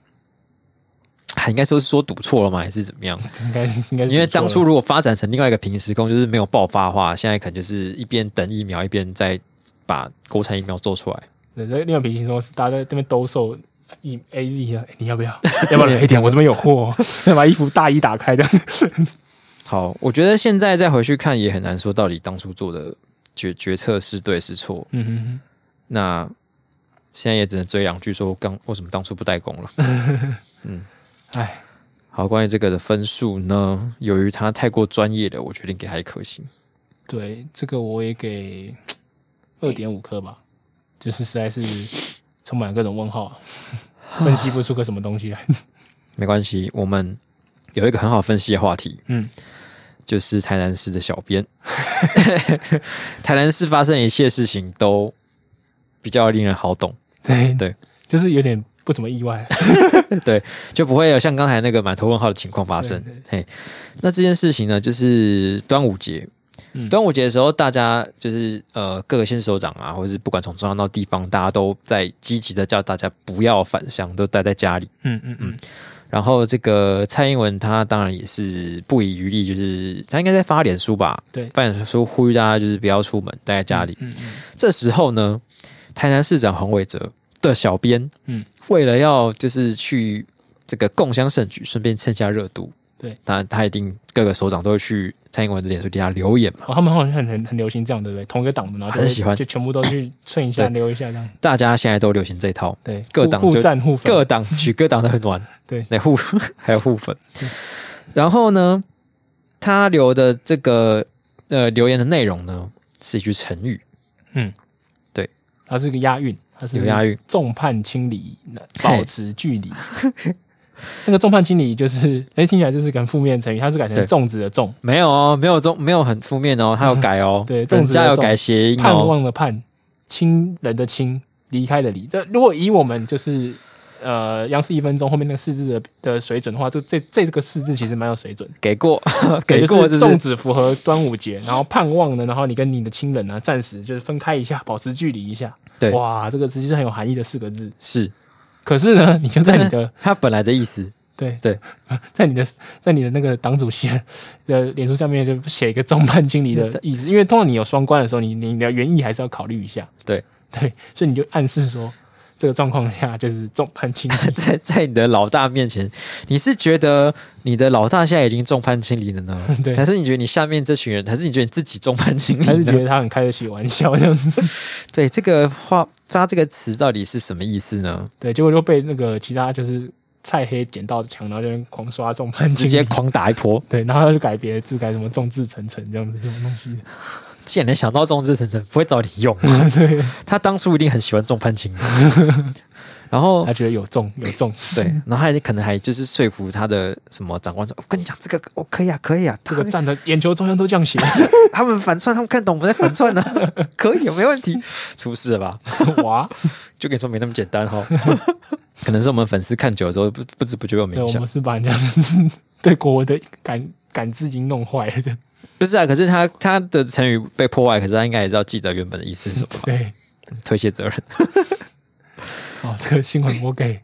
S1: 还应该说是说赌错了吗，还是怎么样？
S2: 应该是应该是
S1: 因为
S2: 不错
S1: 当
S2: 了
S1: 初如果发展成另外一个平时空，就是没有爆发的话，现在可能就是一边等疫苗，一边再把国产疫苗做出来。
S2: 对这另外一个平行说是大家在那边兜售 E A Z 啊，诶你要不要？要不要来一点？我这边有货哦，把衣服大衣打开这样。
S1: 好，我觉得现在再回去看也很难说到底当初做的决决策是对是错。
S2: 嗯哼哼，
S1: 那现在也只能追两句说，刚为什么当初不代工了？
S2: 哎，
S1: 好，关于这个的分数呢，由于他太过专业了，我决定给他一颗星。
S2: 对，这个我 也给二点五颗吧，就是实在是充满各种问号啊、 分析不出个什么东西来。
S1: 没关系，我们有一个很好分析的话题，
S2: 嗯，
S1: 就是台南市的小编。 台南市发生一切事情都比较令人好懂，
S2: 对
S1: 对，
S2: 就是有点不怎么意 外。啊
S1: 对，就不会有像刚才那个满头问号的情况发生
S2: 对对。
S1: 嘿，那这件事情呢，就是端午节。
S2: 嗯
S1: 端午节的时候，大家就是呃各个县市首长啊，或者是不管从中央到地方，大家都在积极的叫大家不要返乡，都待在家里。
S2: 嗯嗯嗯，
S1: 然后这个蔡英文她当然也是不遗余力，就是她应该在发脸书吧，
S2: 对
S1: 发脸书呼吁大家就是不要出门，待在家里。
S2: 嗯嗯
S1: 这时候呢，台南市长黄伟哲的小编，
S2: 嗯
S1: 嗯，为了要就是去这个共襄盛举，顺便蹭下热度，
S2: 对，
S1: 那他一定各个首长都会去蔡英文的脸书底下留言嘛，
S2: 哦，他们好像很很很流行这样，对不对？同一个党的，然后就
S1: 很
S2: 会
S1: 喜欢
S2: 就全部都去蹭一下、
S1: 对
S2: 留一下这样。
S1: 大家现在都流行这一套，
S2: 对，
S1: 各
S2: 互
S1: 党
S2: 互
S1: 就
S2: 赞互粉，
S1: 各党取各党的很玩，
S2: 对
S1: 来互 还有互粉，然后呢，他留的这个呃留言的内容呢是一句成语，
S2: 它是一个押韵，它是
S1: 有押韵，
S2: 众叛亲离，
S1: 嘿
S2: 保持距离。 那个众叛亲离就是，哎、听起来就是个很负面的成语，它是改成
S1: 对
S2: 粽子的粽，
S1: 没有哦，没有中没有很负面哦，他有改哦，
S2: 对
S1: 人
S2: 粽子的
S1: 家有
S2: 粽
S1: 改谐音
S2: 盼
S1: 哦，
S2: 望的盼，亲人的亲，离开的离。这如果以我们就是呃央视一分钟后面那个四字的的水准的话，这这这个四字其实蛮有水准。
S1: 给过
S2: 对
S1: 给过
S2: 就
S1: 这
S2: 是粽子符合端午节，然后盼望呢，然后你跟你的亲人呢、啊，暂时就是分开一下，保持距离一下。
S1: 对
S2: 哇，这个其实是很有含义的四个字。
S1: 是
S2: 可是呢，你就在你 的
S1: 他本来的意思，
S2: 对
S1: 对，
S2: 在你的在你的那个党主席的脸书上面就写一个众叛亲 离的意思，因为通常你有双关的时候，你你的原意还是要考虑一下。
S1: 对。
S2: 对，所以你就暗示说，这个状况下就是众叛亲 离，
S1: 在在你的老大面前，你是觉得你的老大现在已经众叛亲离了呢
S2: 对
S1: 还是你觉得你下面这群人，还是你觉得你自己众叛亲离
S2: 还是觉
S1: 呢？
S2: 得他很开得起玩笑这样子，
S1: 对，这个话发这个词到底是什么意思呢？
S2: 对，结果就被那个其他就是菜黑捡到墙，然后就狂刷众叛亲
S1: 直
S2: 离，
S1: 接狂打一波，
S2: 对，然后他就改别的字，改什么众志成城这样子这种东西。
S1: 哦既然能想到众志成城，不会找你 用，
S2: 对，
S1: 他当初一定很喜欢众叛 亲离。然后
S2: 他觉得有众有众，
S1: 对，然后还可能还就是说服他的什么长官说：“我、跟你讲，这个我、哦、可以啊，可以啊，
S2: 这
S1: 这
S2: 个站的眼球中央都这样写，
S1: 他们反串，他们看懂我们在反 串呢、可以，没问题。出事了吧？
S2: 哇！
S1: 就跟你说没那么简单哈、哦。 可能是我们粉丝看久了之后，不不知不觉有
S2: 对，
S1: 影
S2: 我
S1: 响
S2: 们。是把人家 对国文的感感知已经弄坏了的。
S1: 不是啊，可是他他的成语被破坏，可是他应该也是要记得原本的意思是什么吧，
S2: 对，
S1: 推卸责任。
S2: 哦，这个新闻我给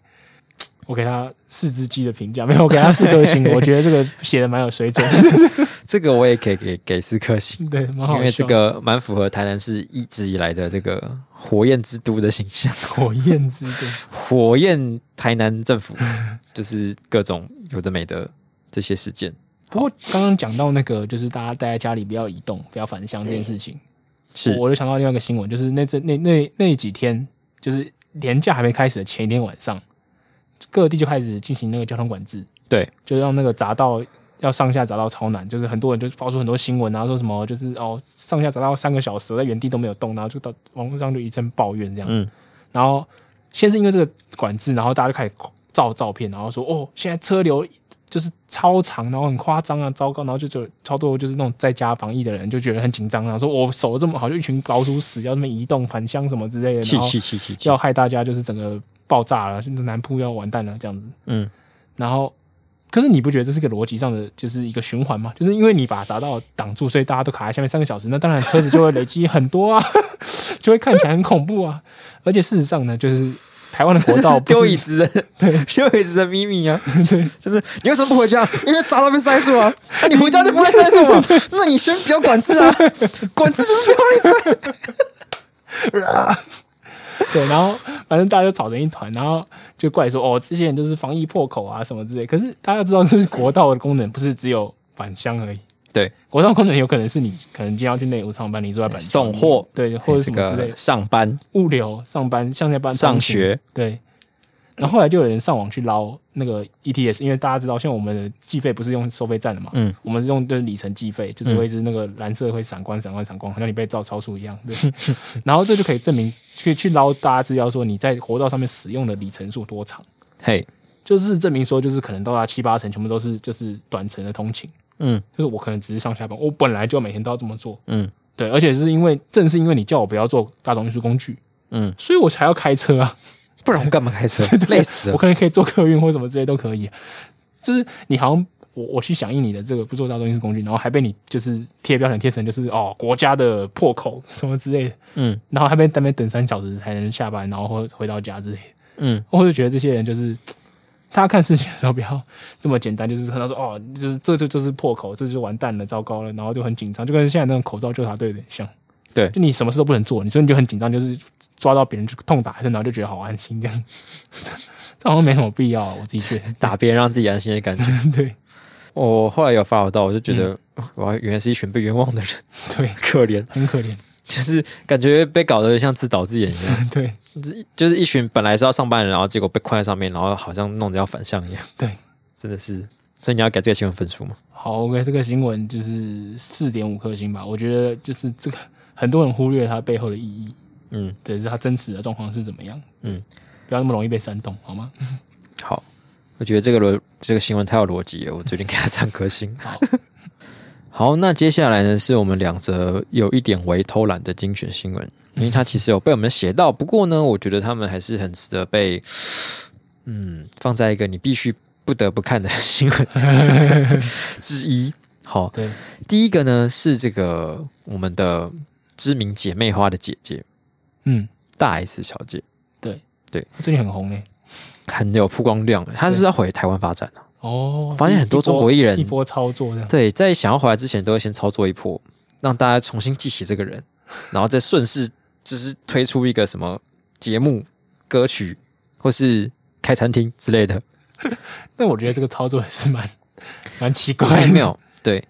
S2: 我给他四只鸡的评价，没有，我给他四颗星。我觉得这个写的蛮有水准的，
S1: 这个我也可以给给四颗星，
S2: 对，蛮 好
S1: 因
S2: 笑。
S1: 为这个蛮符合台南市一直以来的这个火焰之都的形象，
S2: 火焰之盾，
S1: 火焰台南政 府，就是各种有的没的这些事件。
S2: 不过刚刚讲到那个，就是大家待在家里不要移动，不要返乡这件事情，
S1: 是
S2: 我就想到另外一个新闻，就是那这那那那几天，就是年假还没开始的前一天晚上，各地就开始进行那个交通管制，
S1: 对，
S2: 就让那个匝道要上下匝道超难，就是很多人就爆出很多新闻啊，说什么就是哦上下匝道三个小时我在原地都没有动，然后啊就到网络上就一阵抱怨这样。
S1: 嗯，
S2: 然后先是因为这个管制，然后大家就开始照照片，然后说哦现在车流就是超长，然后很夸张啊，糟糕，然后就就超多就是那种在家防疫的人就觉得很紧张，然后说我手这么好，就一群老鼠屎要那么移动返乡什么之类的，
S1: 气
S2: 然后
S1: 气气气气
S2: 要，害大家就是整个爆炸了，甚至南部要完蛋了这样子。
S1: 嗯，
S2: 然后，可是你不觉得这是个逻辑上的就是一个循环吗？就是因为你把匝道挡住，所以大家都卡在下面三个小时，那当然车子就会累积很多啊， 就会看起来很恐怖啊。而且事实上呢，就是台湾的国道
S1: 是
S2: 不
S1: 丢椅
S2: 是
S1: 子的，丢椅子的咪咪 啊，就是 你为什么不回家？因为匝道被塞住啊，那、你回家就不会塞住嘛？那你先不要管制啊，管制就是不要你塞。
S2: 对，然后反正大家就吵成一团，然后就怪说哦，这些人就是防疫破口啊什么之类。可是大家知道，这是国道的功能，不是只有返乡而已。
S1: 对，
S2: 国道功能有可能是你可能今天要去内湖上班，你住在板桥
S1: 送货哎
S2: 对，或者什
S1: 这
S2: 么之类的
S1: 个上班
S2: 物流上班、上下班、
S1: 上
S2: 通勤
S1: 学，
S2: 对。然后后来就有人上网去捞那个 E ETS，因为大家知道，像我们的计费不是用收费站的嘛，
S1: 嗯，
S2: 我们是用就是里程计费，就是会是那个蓝色会闪光、闪光、闪光，好像你被照超速一样，对。然后这就可以证明，去去捞大家资料说你在国道上面使用的里程数多长，
S1: 嘿，
S2: 就是证明说就是可能到达七八成全部都是就是短程的通勤，
S1: 嗯
S2: 就是我可能只是上下班，我本来就每天都要这么做。
S1: 嗯
S2: 对，而且是因为正是因为你叫我不要坐大众运输工具，
S1: 嗯，
S2: 所以我才要开车啊。
S1: 不然我干嘛开 车？累死
S2: 我
S1: 了。
S2: 可能可以坐客运或什么之类都可以。啊就是你好像我我去响应你的这个不做大众运输工具，然后还被你就是贴标签贴成就是哦国家的破口什么之类的，
S1: 嗯
S2: 然后还被那边等三小时才能下班，然后或回到家之类的。
S1: 嗯
S2: 我就觉得这些人就是。大家看事情的时候不要这么简单，就是看到说哦，就是这就就是破口，这就完蛋了，糟糕了，然后就很紧张，就跟现在那种口罩纠察队有点像。
S1: 对
S2: 就你什么事都不能做，你所以你就很紧张，就是抓到别人就痛打一顿，然后就觉得好安心这样。这好像没什么必要、啊，我自己觉得。
S1: 打别人让自己安心的感觉。
S2: 对
S1: 我后来有发觉到，我就觉得、哇，原来是一群被冤枉的人，
S2: 对，
S1: 可怜，
S2: 很可怜。
S1: 就是感觉被搞得像自导自演一样，
S2: 对
S1: 就是就是一群本来是要上班的人，然后结果被困在上面，然后好像弄得要反向一样，
S2: 对，
S1: 真的是。所以你要给这个新闻分数吗？
S2: 好，OK，这个新闻就是四点五颗星吧。我觉得就是这个很多人忽略它背后的意义，
S1: 嗯，
S2: 对，就是它真实的状况是怎么样。
S1: 嗯，
S2: 不要那么容易被煽动，好吗？
S1: 好，我觉得这个逻这个新闻太有逻辑了，我决定给他三颗星。
S2: 好，
S1: 好，那接下来呢，是我们两则有一点为偷懒的精选新闻，因为它其实有被我们写到，不过呢，我觉得他们还是很值得被，嗯，放在一个你必须不得不看的新闻 之一。好，
S2: 对，
S1: 第一个呢是这个我们的知名姐妹花的姐姐
S2: 嗯，
S1: 大 S 小姐，
S2: 最近很红嘞。
S1: 很有曝光量，她是不是要回台湾发展啊？
S2: 哦，
S1: 发现很多中国艺人
S2: 一波操作这样。
S1: 对，在想要回来之前，都会先操作一波，让大家重新记起这个人，然后再顺势就是推出一个什么节目、歌曲，或是开餐厅之类的。
S2: 但我觉得这个操作也是蛮蛮奇怪
S1: 看
S2: 的。
S1: 没有？对，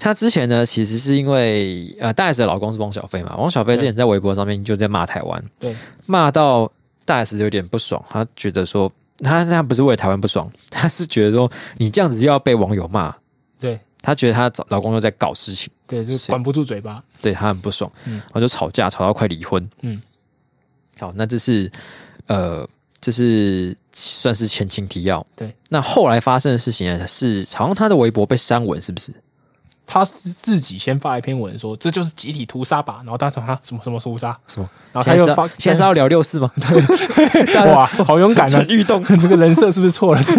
S1: 她之前呢，其实是因为呃，大 S 的老公是汪小菲嘛，汪小菲之前在微博上面就在骂台湾，
S2: 对，
S1: 骂到大 S 有点不爽，她觉得说。她她不是为了台湾不爽，她是觉得说你这样子又要被网友骂，
S2: 对
S1: 她觉得她老公又在搞事情。
S2: 对，就是
S1: 是
S2: 管不住嘴巴。
S1: 对他很不爽，
S2: 嗯
S1: 然后就吵架，吵到快离婚。
S2: 嗯，
S1: 好，那这是呃，这是算是前情提要。
S2: 对，
S1: 那后来发生的事情呢，是好像他的微博被删文，是不是？
S2: 他是自己先发一篇文说这就是集体屠杀吧，然后大家说哈什么什么屠杀，
S1: 什么？
S2: 然后
S1: 现在
S2: 他又
S1: 是
S2: 发
S1: 要现在是要聊六四 吗？
S2: 哇， 好勇敢啊
S1: 蠢！蠢欲动。
S2: 这个人设是不是错了？ 这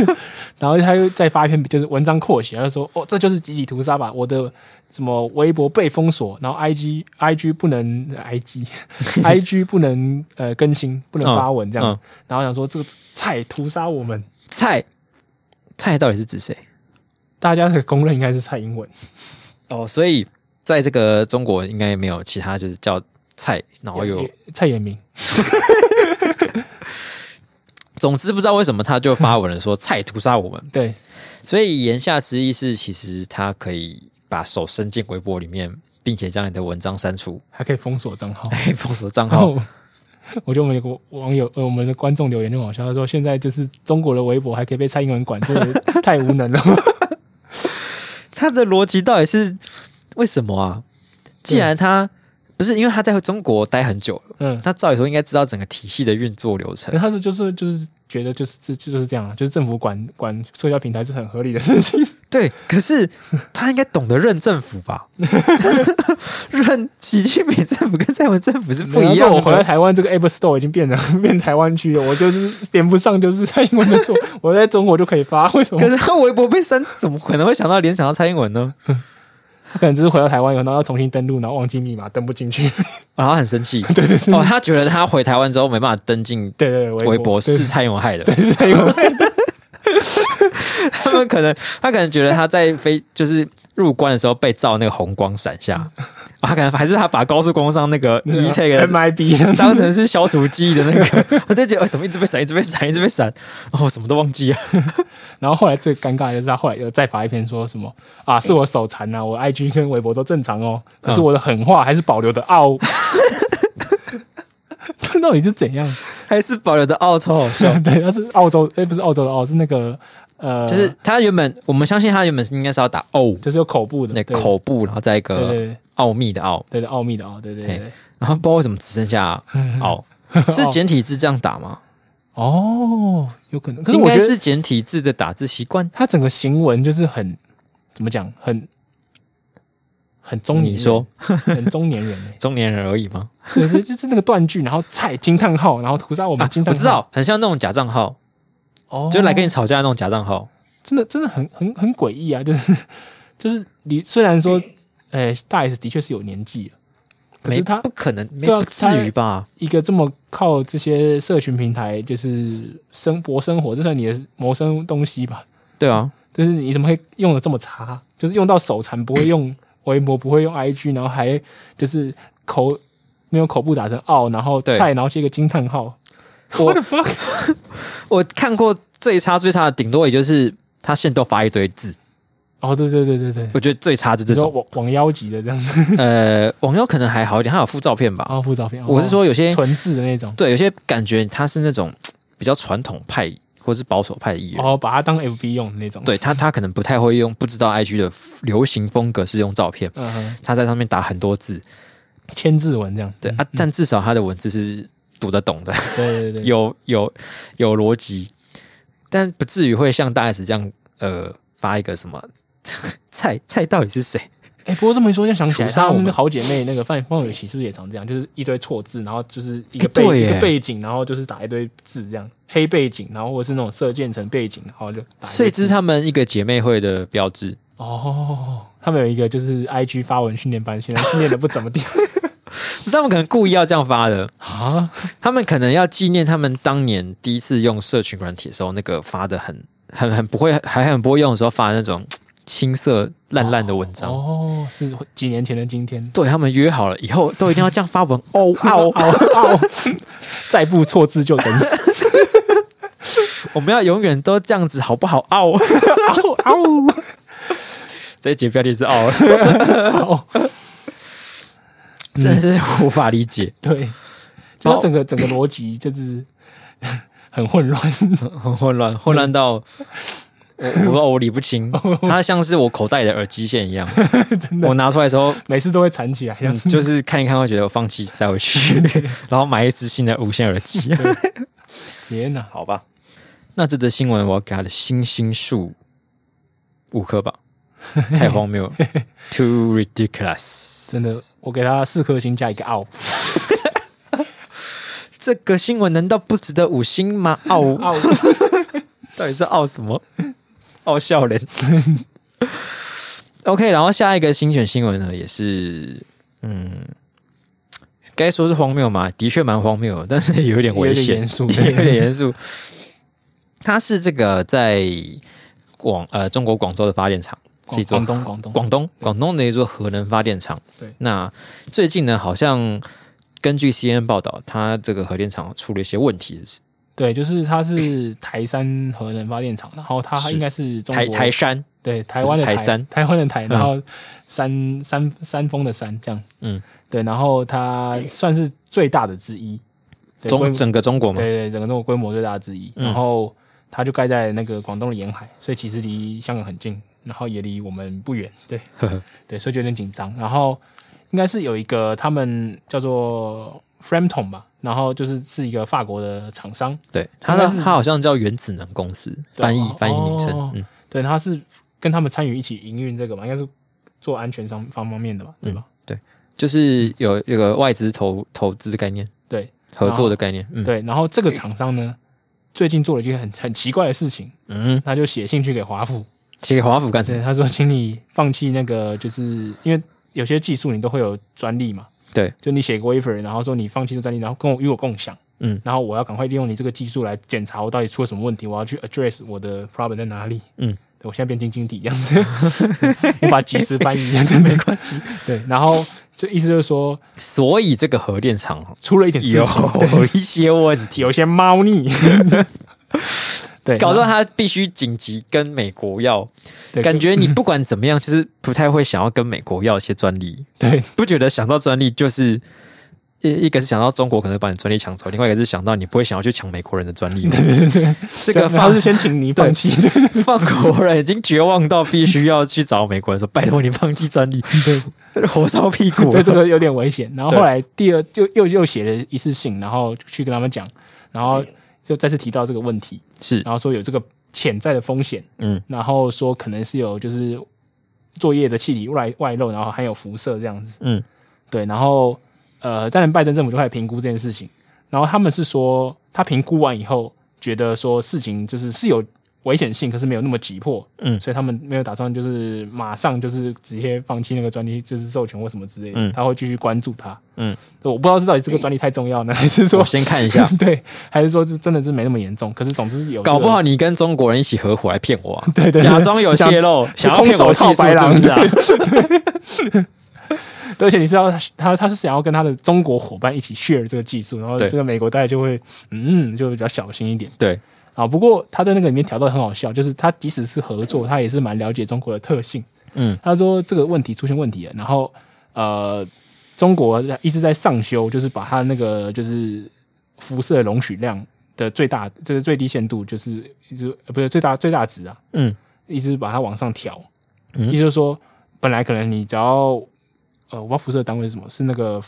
S2: 然后他又再发一篇，就是文章扩写，他就说：“哦，这就是集体屠杀吧！我的什么微博被封锁，然后 I G I G 不能 I G I G 不能呃更新，不能发文这样。
S1: 嗯嗯
S2: 然后想说这个菜屠杀我们，
S1: 蔡蔡到底是指谁？
S2: 大家的公认应该是蔡英文。
S1: 哦，所以在这个中国应该没有其他就是叫蔡，然后有
S2: 也蔡衍明，
S1: 总之不知道为什么他就发文了说蔡屠杀我们。
S2: 对
S1: 所以言下之意是，其实他可以把手伸进微博里面，并且将你的文章删除，
S2: 还可以封锁账号。
S1: 哎，封锁账
S2: 然
S1: 号
S2: 后。我觉得我们有个网友，呃，我们的观众留言就很好笑，他说现在就是中国的微博还可以被蔡英文管，真的太无能了。
S1: 他的逻辑到底是为什么啊？既然他不是因为他在中国待很久了，
S2: 嗯，
S1: 他照理说应该知道整个体系的运作流
S2: 可是
S1: 程。
S2: 他是就是就是觉得就是这就是这样啊，就是政府管管社交平台是很合理的 事情。
S1: 对，可是他应该懂得认政府 吧？认习近平政府跟蔡英文政府是不一
S2: 然
S1: 样啊
S2: 后
S1: 的。
S2: 我回来台湾，这个 App Store 已经变成 变台湾区了，我就是连不上，就是蔡英文的错。 我在中国就可以发，为什么
S1: 可？是他微博被删，怎么可能会想到联想到蔡英文呢？
S2: 他可能只是回到台湾以后，然后要重新登录，然后忘记密码，登不进去。
S1: 然后很生气，对对哦，他觉得他回台湾之后没办法登进
S2: 对对对，
S1: 微
S2: 微
S1: 博
S2: 博
S1: 是蔡英文害的，
S2: 对是蔡 英文害的。
S1: 他们可能他可能觉得他在飞就是入关的时候被照那个红光闪下， 啊他可能还是他把高速公路上那个
S2: 啊
S1: e t a
S2: M I B，
S1: 当成是消除记忆的那个， 我就觉得、哎怎么一直被闪，一直被闪，一直被闪，然后我什么都忘记了。
S2: 然后后来最尴尬的就是他后来又再发一篇说什么
S1: 嗯
S2: 啊，是我手残呐、啊，我 IG 跟微博都正常哦，可是我的狠话还是保留的傲。 这到底是怎样？
S1: 还是保留的澳超好笑，
S2: 对，啊他是澳洲，哎、不是澳洲的澳，是那个呃，
S1: 就是他原本我们相信他原本是应该是要打哦，
S2: 就是有口部的
S1: 那
S2: 对
S1: 口部，然后再一
S2: 对对
S1: 个
S2: 对
S1: 奥秘的奥，
S2: 对对奥秘的哦奥，对对对哦
S1: 嘿。然后不知道为什么只剩 下奥，是简体字这样打吗？
S2: 哦，有可能，可是
S1: 应
S2: 我
S1: 该
S2: 觉得
S1: 是简体字的打字习惯。
S2: 他整个行文就是很，怎么讲，很很中年人，
S1: 你说
S2: 很中年人欸
S1: 中年人而已吗？
S2: 对对，就是那个断句，然后菜惊叹号，然后屠杀我们
S1: 啊
S2: 惊，叹
S1: 我
S2: 号、
S1: 知，道，很像那种假账号，
S2: 哦，
S1: 就来跟你吵架的那种假账号。
S2: 真的真的很很很诡异啊！就是就是你虽然说，呃，大 S 的确是有年纪了，可
S1: 没
S2: 是他
S1: 不可能，没
S2: 对啊
S1: 不至于吧？
S2: 一个这么靠这些社群平台就是生活生活，这算你的谋生东西吧？
S1: 对啊，
S2: 就是你怎么会用的这么差？就是用到手残，不会用微博，不会用 IG，然后还就是口没有口部打成奥，然后
S1: 对
S2: 菜，然后接个惊叹号。
S1: 我
S2: What the fuck？
S1: 我看过最差最差的，顶多也就是他现都发一堆字，
S2: 哦，对对对对对，
S1: 我觉得最差就这
S2: 你说
S1: 种。
S2: 网网妖级的这样子，
S1: 呃，网友可能还好一点，他有附照片吧？
S2: 然后附照片。哦
S1: 我是说有些
S2: 纯质的那种，
S1: 对，有些感觉他是那种比较传统派或是保守派的艺人，
S2: 哦，把它当 FB 用的那种。，
S1: 对他他可能不太会用，不知道 IG 的流行风格是用照片，
S2: 嗯哼，
S1: 他在上面打很多字，
S2: 千字文这样。
S1: 对、啊，但至少他的文字是读得懂的，
S2: 对嗯对对，
S1: 有有有逻辑，但不至于会像大 S 这样呃发一个什么 菜菜到底是谁？
S2: 哎、不过这么一说，就想起来，
S1: 屠杀
S2: 她
S1: 我们
S2: 们的好姐妹那个范范玮琪是不是也常这样？就是一堆错字，然后就是一
S1: 哎
S2: 个背、
S1: 对
S2: 一
S1: 耶
S2: 个背景，然后就是打一堆字这样，黑背景，然后或者是那种射箭成背景，然后就打一堆字
S1: 所以这是他们一个姐妹会的标志。
S2: 哦，他们有一个就是 IG 发文训练班，现在训练的不 怎么地
S1: 不是他们可能故意要这样发的，
S2: 啊，
S1: 他们可能要纪念他们当年第一次用社群软体的时候，那个发的很很很不会，还很不会用的时候发的那种青涩烂烂的文章。
S2: 哦，是几年前的 今天。
S1: 对他们约好了，以后都一定要这样发 文哦
S2: 嗷
S1: 哦，
S2: 嗷！再不错字就等死。
S1: 我们要永远都这样子，好不好？ 哦，
S2: 嗷嗷！
S1: 这一节标题是哦，
S2: 哦，
S1: 真的是嗯无法理解，
S2: 对，就它整个整个逻辑就是 很混乱。
S1: 很 混乱，混乱到我 我我理不清，它像是我口袋里的耳机线一 样，
S2: 真的
S1: 我拿出来的时候
S2: 每次都会缠起来，这样
S1: 嗯，就是看一看会觉得我放弃塞回 去，然后买一只新的无线耳机。
S2: 天哪！
S1: 好吧，那这则新闻我要给他的星星数五颗 吧，太荒谬了，too ridiculous。
S2: 真的，我给他四颗星加一个奥
S1: 这个新闻难道不值得五星吗？傲，
S2: 奥，
S1: 到底是傲什么？傲笑脸。OK，然后下一个新选新闻呢，也是嗯，该说是荒谬嘛，的确蛮荒谬的，但是也有点
S2: 有
S1: 危
S2: 点
S1: 险
S2: 严。 肃，
S1: 有点
S2: 对
S1: 严肃。它是这个在广呃中国广州的发电厂，是一座
S2: 广东广东
S1: 广东广东的一座核能发电厂。
S2: 对
S1: 那最近呢，好像根据 CNN 报道，它这个核电厂出了一些问题，是不是？
S2: 对，就是它是台山核能发电厂，然后它
S1: 是
S2: 应该是中
S1: 台
S2: 国
S1: 台山，
S2: 对台湾的
S1: 不是台山
S2: 台湾的台，
S1: 嗯
S2: 然后山山山峰的山这样，
S1: 嗯，
S2: 对，然后它算是最大的之一，对规
S1: 中
S2: 模
S1: 整个中国嘛，
S2: 对对，整个中国规模最大之一。
S1: 嗯
S2: 然后它就盖在那个广东的沿海，所以其实离香港很近，然后也离我们不远。 对对，所以就有点紧张。然后应该是有一个他们叫做 Frampton 吧，然后就是是一个法国的厂商，
S1: 对，它的
S2: 应该是
S1: 它好像叫原子能公司，
S2: 对
S1: 翻译
S2: 哦
S1: 翻译名
S2: 哦
S1: 称，嗯，
S2: 对，他是跟他们参与一起营运这个嘛，应该是做安全方方方面的吧，对吧？
S1: 嗯就是有有个外资投投资的概念，
S2: 对
S1: 合作的概念，嗯
S2: 对，然后这个厂商呢，最近做了一件很很奇怪的事情，
S1: 嗯，
S2: 他就写信去给华府。
S1: 写给华府干什
S2: 对，
S1: 么？
S2: 他说请你放弃那个，就是因为有些技术你都会有专利嘛。
S1: 对，
S2: 就你写 wafer，然后说你放弃这专利，然后跟我与我共享。
S1: 嗯，
S2: 然后我要赶快利用你这个技术来检查我到底出了什么问题，我要去 address 我的 problem 在哪里。
S1: 嗯
S2: 对，我现在变晶晶体一样子， 无法及时翻译，真没关系。对，然后这意思就是说
S1: 所以这个核电厂哦
S2: 出了一点自己
S1: 有一些问题，
S2: 有一些猫腻， 对，
S1: 搞到他必须紧急跟美国要，
S2: 对
S1: 感觉你不管怎么样，就是不太会想要跟美国要一些专利，
S2: 对
S1: 不觉得想到专利就是一一个是想到中国可能会把你专利抢走，另外一个是想到你不会想要去抢美国人的专 利嘛。这个
S2: 他
S1: 放
S2: 是先请你
S1: 对
S2: 放弃，
S1: 放国人已经绝望到必须要去找美国人说：“拜托你放弃专 利，
S2: 对。
S1: 火烧屁 股。
S2: 所以这个有点危险。然后
S1: 对
S2: 后来第二就又又写了一次信，然后去跟他们讲，然后就再次提到这个问题，
S1: 是
S2: 然后说有这个潜在的风险，
S1: 嗯，
S2: 然后说可能是有就是作业的气体外外漏，然后含有辐射这样子。
S1: 嗯，
S2: 对，然后呃，当然拜登政府就开始评估这件事情，然后他们是说，他评估完以后觉得说事情就是是有危险性，可是没有那么急迫，
S1: 嗯
S2: 所以他们没有打算就是马上就是直接放弃那个专利就是授权或什么之类的，
S1: 嗯
S2: 他会继续关注它，
S1: 嗯，
S2: 我不知道是到底这个专利太重要呢， 还是说
S1: 我先看一下，
S2: 对，还是说是真的是没那么严重，可是总之是有这个、
S1: 搞不好你跟中国人一起合伙来骗我、 啊，
S2: 对对对
S1: 假装有泄露，
S2: 想
S1: 想要骗我技
S2: 空手套
S1: 术
S2: 白
S1: 是
S2: 狼
S1: 不是啊？
S2: 对，而且你是要他他是想要跟他的中国伙伴一起 share 这个技术，然后
S1: 对
S2: 这个美国大概就会嗯就比较小心一点
S1: 对，
S2: 啊。不过他在那个里面调到很好笑，就是他即使是合作，他也是蛮了解中国的特性。
S1: 嗯，
S2: 他说这个问题出现问题啊了，然后呃，中国一直在上修，就是把它那个就是辐射容许量的最大，就是最低限度，就是一直呃不是最大最大值啊，
S1: 嗯，
S2: 一直把它往上调。
S1: 嗯
S2: 意思就是说，本来可能你只要呃，我不知道辐射单位是什么，是那个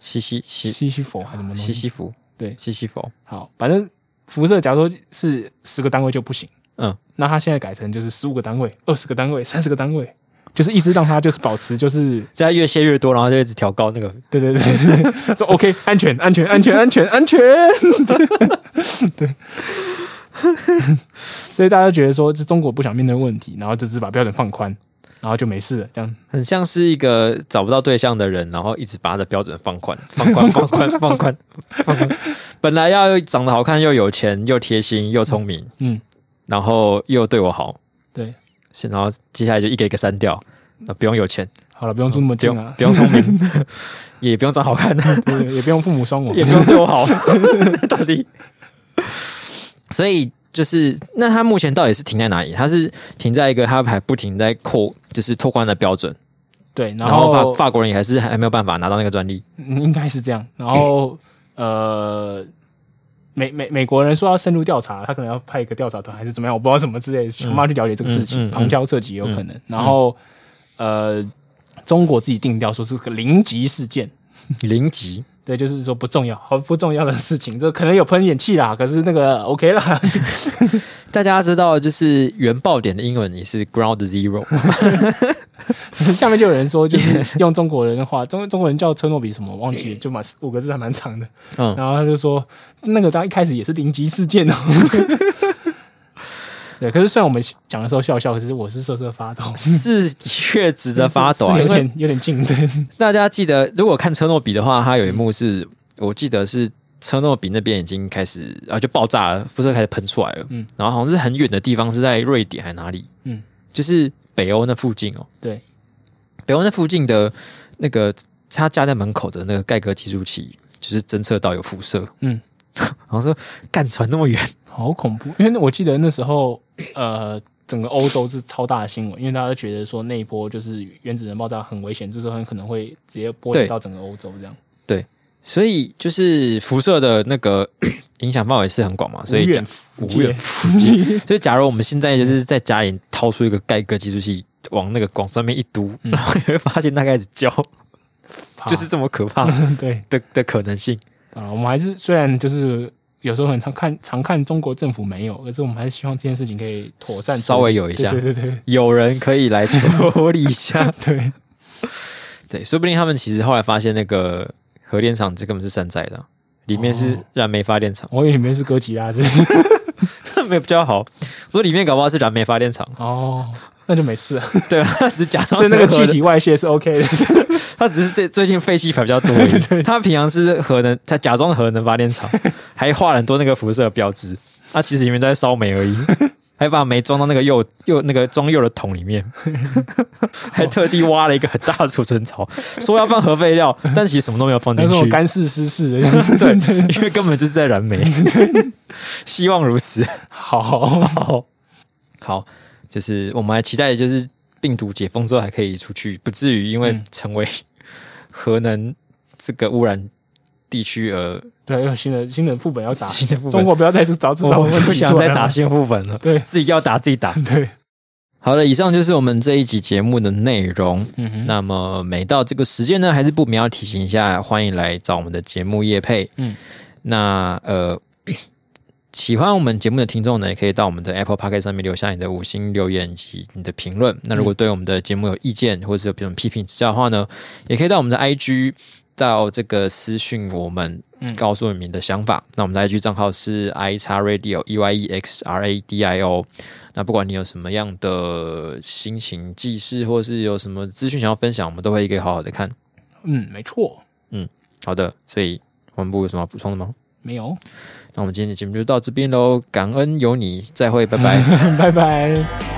S1: 西西西
S2: 西西弗还是什么东
S1: 西
S2: 西？
S1: 西弗，
S2: 对
S1: 西西弗，
S2: 好，反正辐射假如说是十个单位就不行，
S1: 嗯，
S2: 那它现在改成就是十五个单位、二十个单位、三十个单位，就是一直让它就是保持就是。
S1: 这样越泄越多，然后就一直调高那个，
S2: 对对对对，说 OK，安全，安全，安全，安全，安全，对。所以大家觉得说，这中国不想面对问题，然后就只是把标准放宽，然后就没事了，这样。
S1: 很像是一个找不到对象的人，然后一直把他的标准放宽，放宽，放宽，放宽，放宽。本来要长得好看，又有钱，又贴心，又聪明，
S2: 嗯，
S1: 然后又对我好，
S2: 对，
S1: 是然后接下来就一个一个删掉。呃，不用有钱，
S2: 好了，不用住那么
S1: 不
S2: 近
S1: 用
S2: 啊，
S1: 不用聪明， 也不用长好看，
S2: 对对对也不用父母双亡，
S1: 也不用对我好， 到底？所以就是，那他目前到底是停在哪里？他是停在一个他还不停在扩，就是拓宽的标准，
S2: 对，然
S1: 然后
S2: 后
S1: 法法国人也还是还没有办法拿到那个专利。
S2: 嗯应该是这样，然后呃。美美美国人说要深入调查，他可能要派一个调查团，还是怎么样，我不知道什么之类的，想办法去了解这个事
S1: 嗯嗯嗯
S2: 情，
S1: 嗯
S2: 旁敲侧击也有可能。然后，呃，中国自己定调说是个零级事件，
S1: 零级，
S2: 对，就是说不重要，好不重要的事情，这可能有喷眼气啦，可是那个 OK 啦，
S1: 大家知道，就是原爆点的英文也是 ground zero，
S2: 下面就有人 说，就是用中国人的话，中中国人叫车诺比什么我忘记了，就蛮五个字还蛮长的。
S1: 嗯
S2: 然后他就说，那个当一开始也是零级事件哦。 对，可是虽然我们讲的时候笑笑，可是我是瑟瑟发抖，
S1: 是的确值得发抖、啊。
S2: 是
S1: 因
S2: 有
S1: 为
S2: 点有点近对，
S1: 大家记得，如果看车诺比的话，它有一幕是，我记得是车诺比那边已经开始啊就爆炸了，辐射开始喷出来了。
S2: 嗯
S1: 然后好像是很远的地方，是在瑞典还哪里？
S2: 嗯，
S1: 就是北欧那附近哦。
S2: 对，
S1: 北欧那附近的那个他家在门口的那个盖格计数器，就是侦测到有辐射。
S2: 嗯，
S1: 好像说干传那么远，
S2: 好恐怖。因为我记得那时候，呃，整个欧洲是超大的新闻，因为大家都觉得说那一波就是原子能爆炸很危险，就是很可能会直接波及
S1: 对
S2: 到整个欧洲这样。
S1: 所以就是辐射的那个 影响范围是很广嘛，所以讲
S2: 无
S1: 无
S2: 远
S1: 远
S2: 弗届，
S1: 所以假如我们现在就是在家里掏出一个盖格计数器，往那个广上面一嘟，
S2: 嗯啊
S1: 然后你会发现它开始叫，就是这么可怕
S2: 对
S1: 的的可能性。
S2: 啊，我们还是虽然就是有时候很常看常看中国政府没有，可是我们还是希望这件事情可以妥善处理
S1: 稍微有一下
S2: 对对对
S1: 有人可以来处理一下，
S2: 对对
S1: 对，说不定他们其实后来发现那个核电厂这根本是山寨的啊，里面是
S2: 哦
S1: 燃煤发电厂，
S2: 我以为里面是啊哥吉拉之类的
S1: 没有比较好，所以里面搞不好是燃煤发电厂，
S2: 哦，那就没 事了，
S1: 对吧？它只是假装
S2: 所以
S1: 是
S2: 那个
S1: 核
S2: 气
S1: 的
S2: 体外泄是 OK 的，
S1: 他只是最最近废弃牌比较多而已，他平常是核能，他假装核能发电厂，还画了很多那个辐射的标志，他其实里面都在烧煤而已，还把煤装到那个釉釉那个装釉的桶里面，还特地挖了一个很大的储存槽，说要放核废料，但其实什么都没有放进
S2: 那种
S1: 去，
S2: 干式湿式的样 子，
S1: 对，因为根本就是在燃煤， 希望如此。
S2: 好，
S1: 好，好，就是我们还期待，就是病毒解封之后还可以出去，不至于因为
S2: 嗯
S1: 成为核能这个污染地区而
S2: 对，又有新的新的副本要打，
S1: 新的副
S2: 中
S1: 本。
S2: 国不要再去找制造
S1: 我
S2: 问题
S1: 不想
S2: 出来
S1: 再
S2: 了
S1: 打，新副本了，
S2: 对
S1: 自己要打自己打。
S2: 对，
S1: 好了，以上就是我们这一集节目的内容。
S2: 嗯哼，
S1: 那么每到这个时间呢，还是不免要提醒一下，欢迎来找我们的节目叶配。
S2: 嗯，
S1: 那呃，喜欢我们节目的听众呢，也可以到我们的 Apple p o c k e t 上面留下你的五星留言以及你的评论。那
S2: 嗯
S1: 如果对我们的节目有意见或者有这种批评指教的话呢，也可以到我们的 IG 到这个私讯我们，
S2: 嗯
S1: 告诉你们的想法。那我们的 IG 账号是 i x radio e y e x r a d i o。那不管你有什么样的心情记事，或是有什么资讯想要分享，我们都会给好好的看。
S2: 嗯，没错，
S1: 好的，所以黄部有什么要补充的吗？
S2: 没有，
S1: 那我们今天的节目就到这边喽，感恩有你，再会，拜拜。
S2: 拜拜。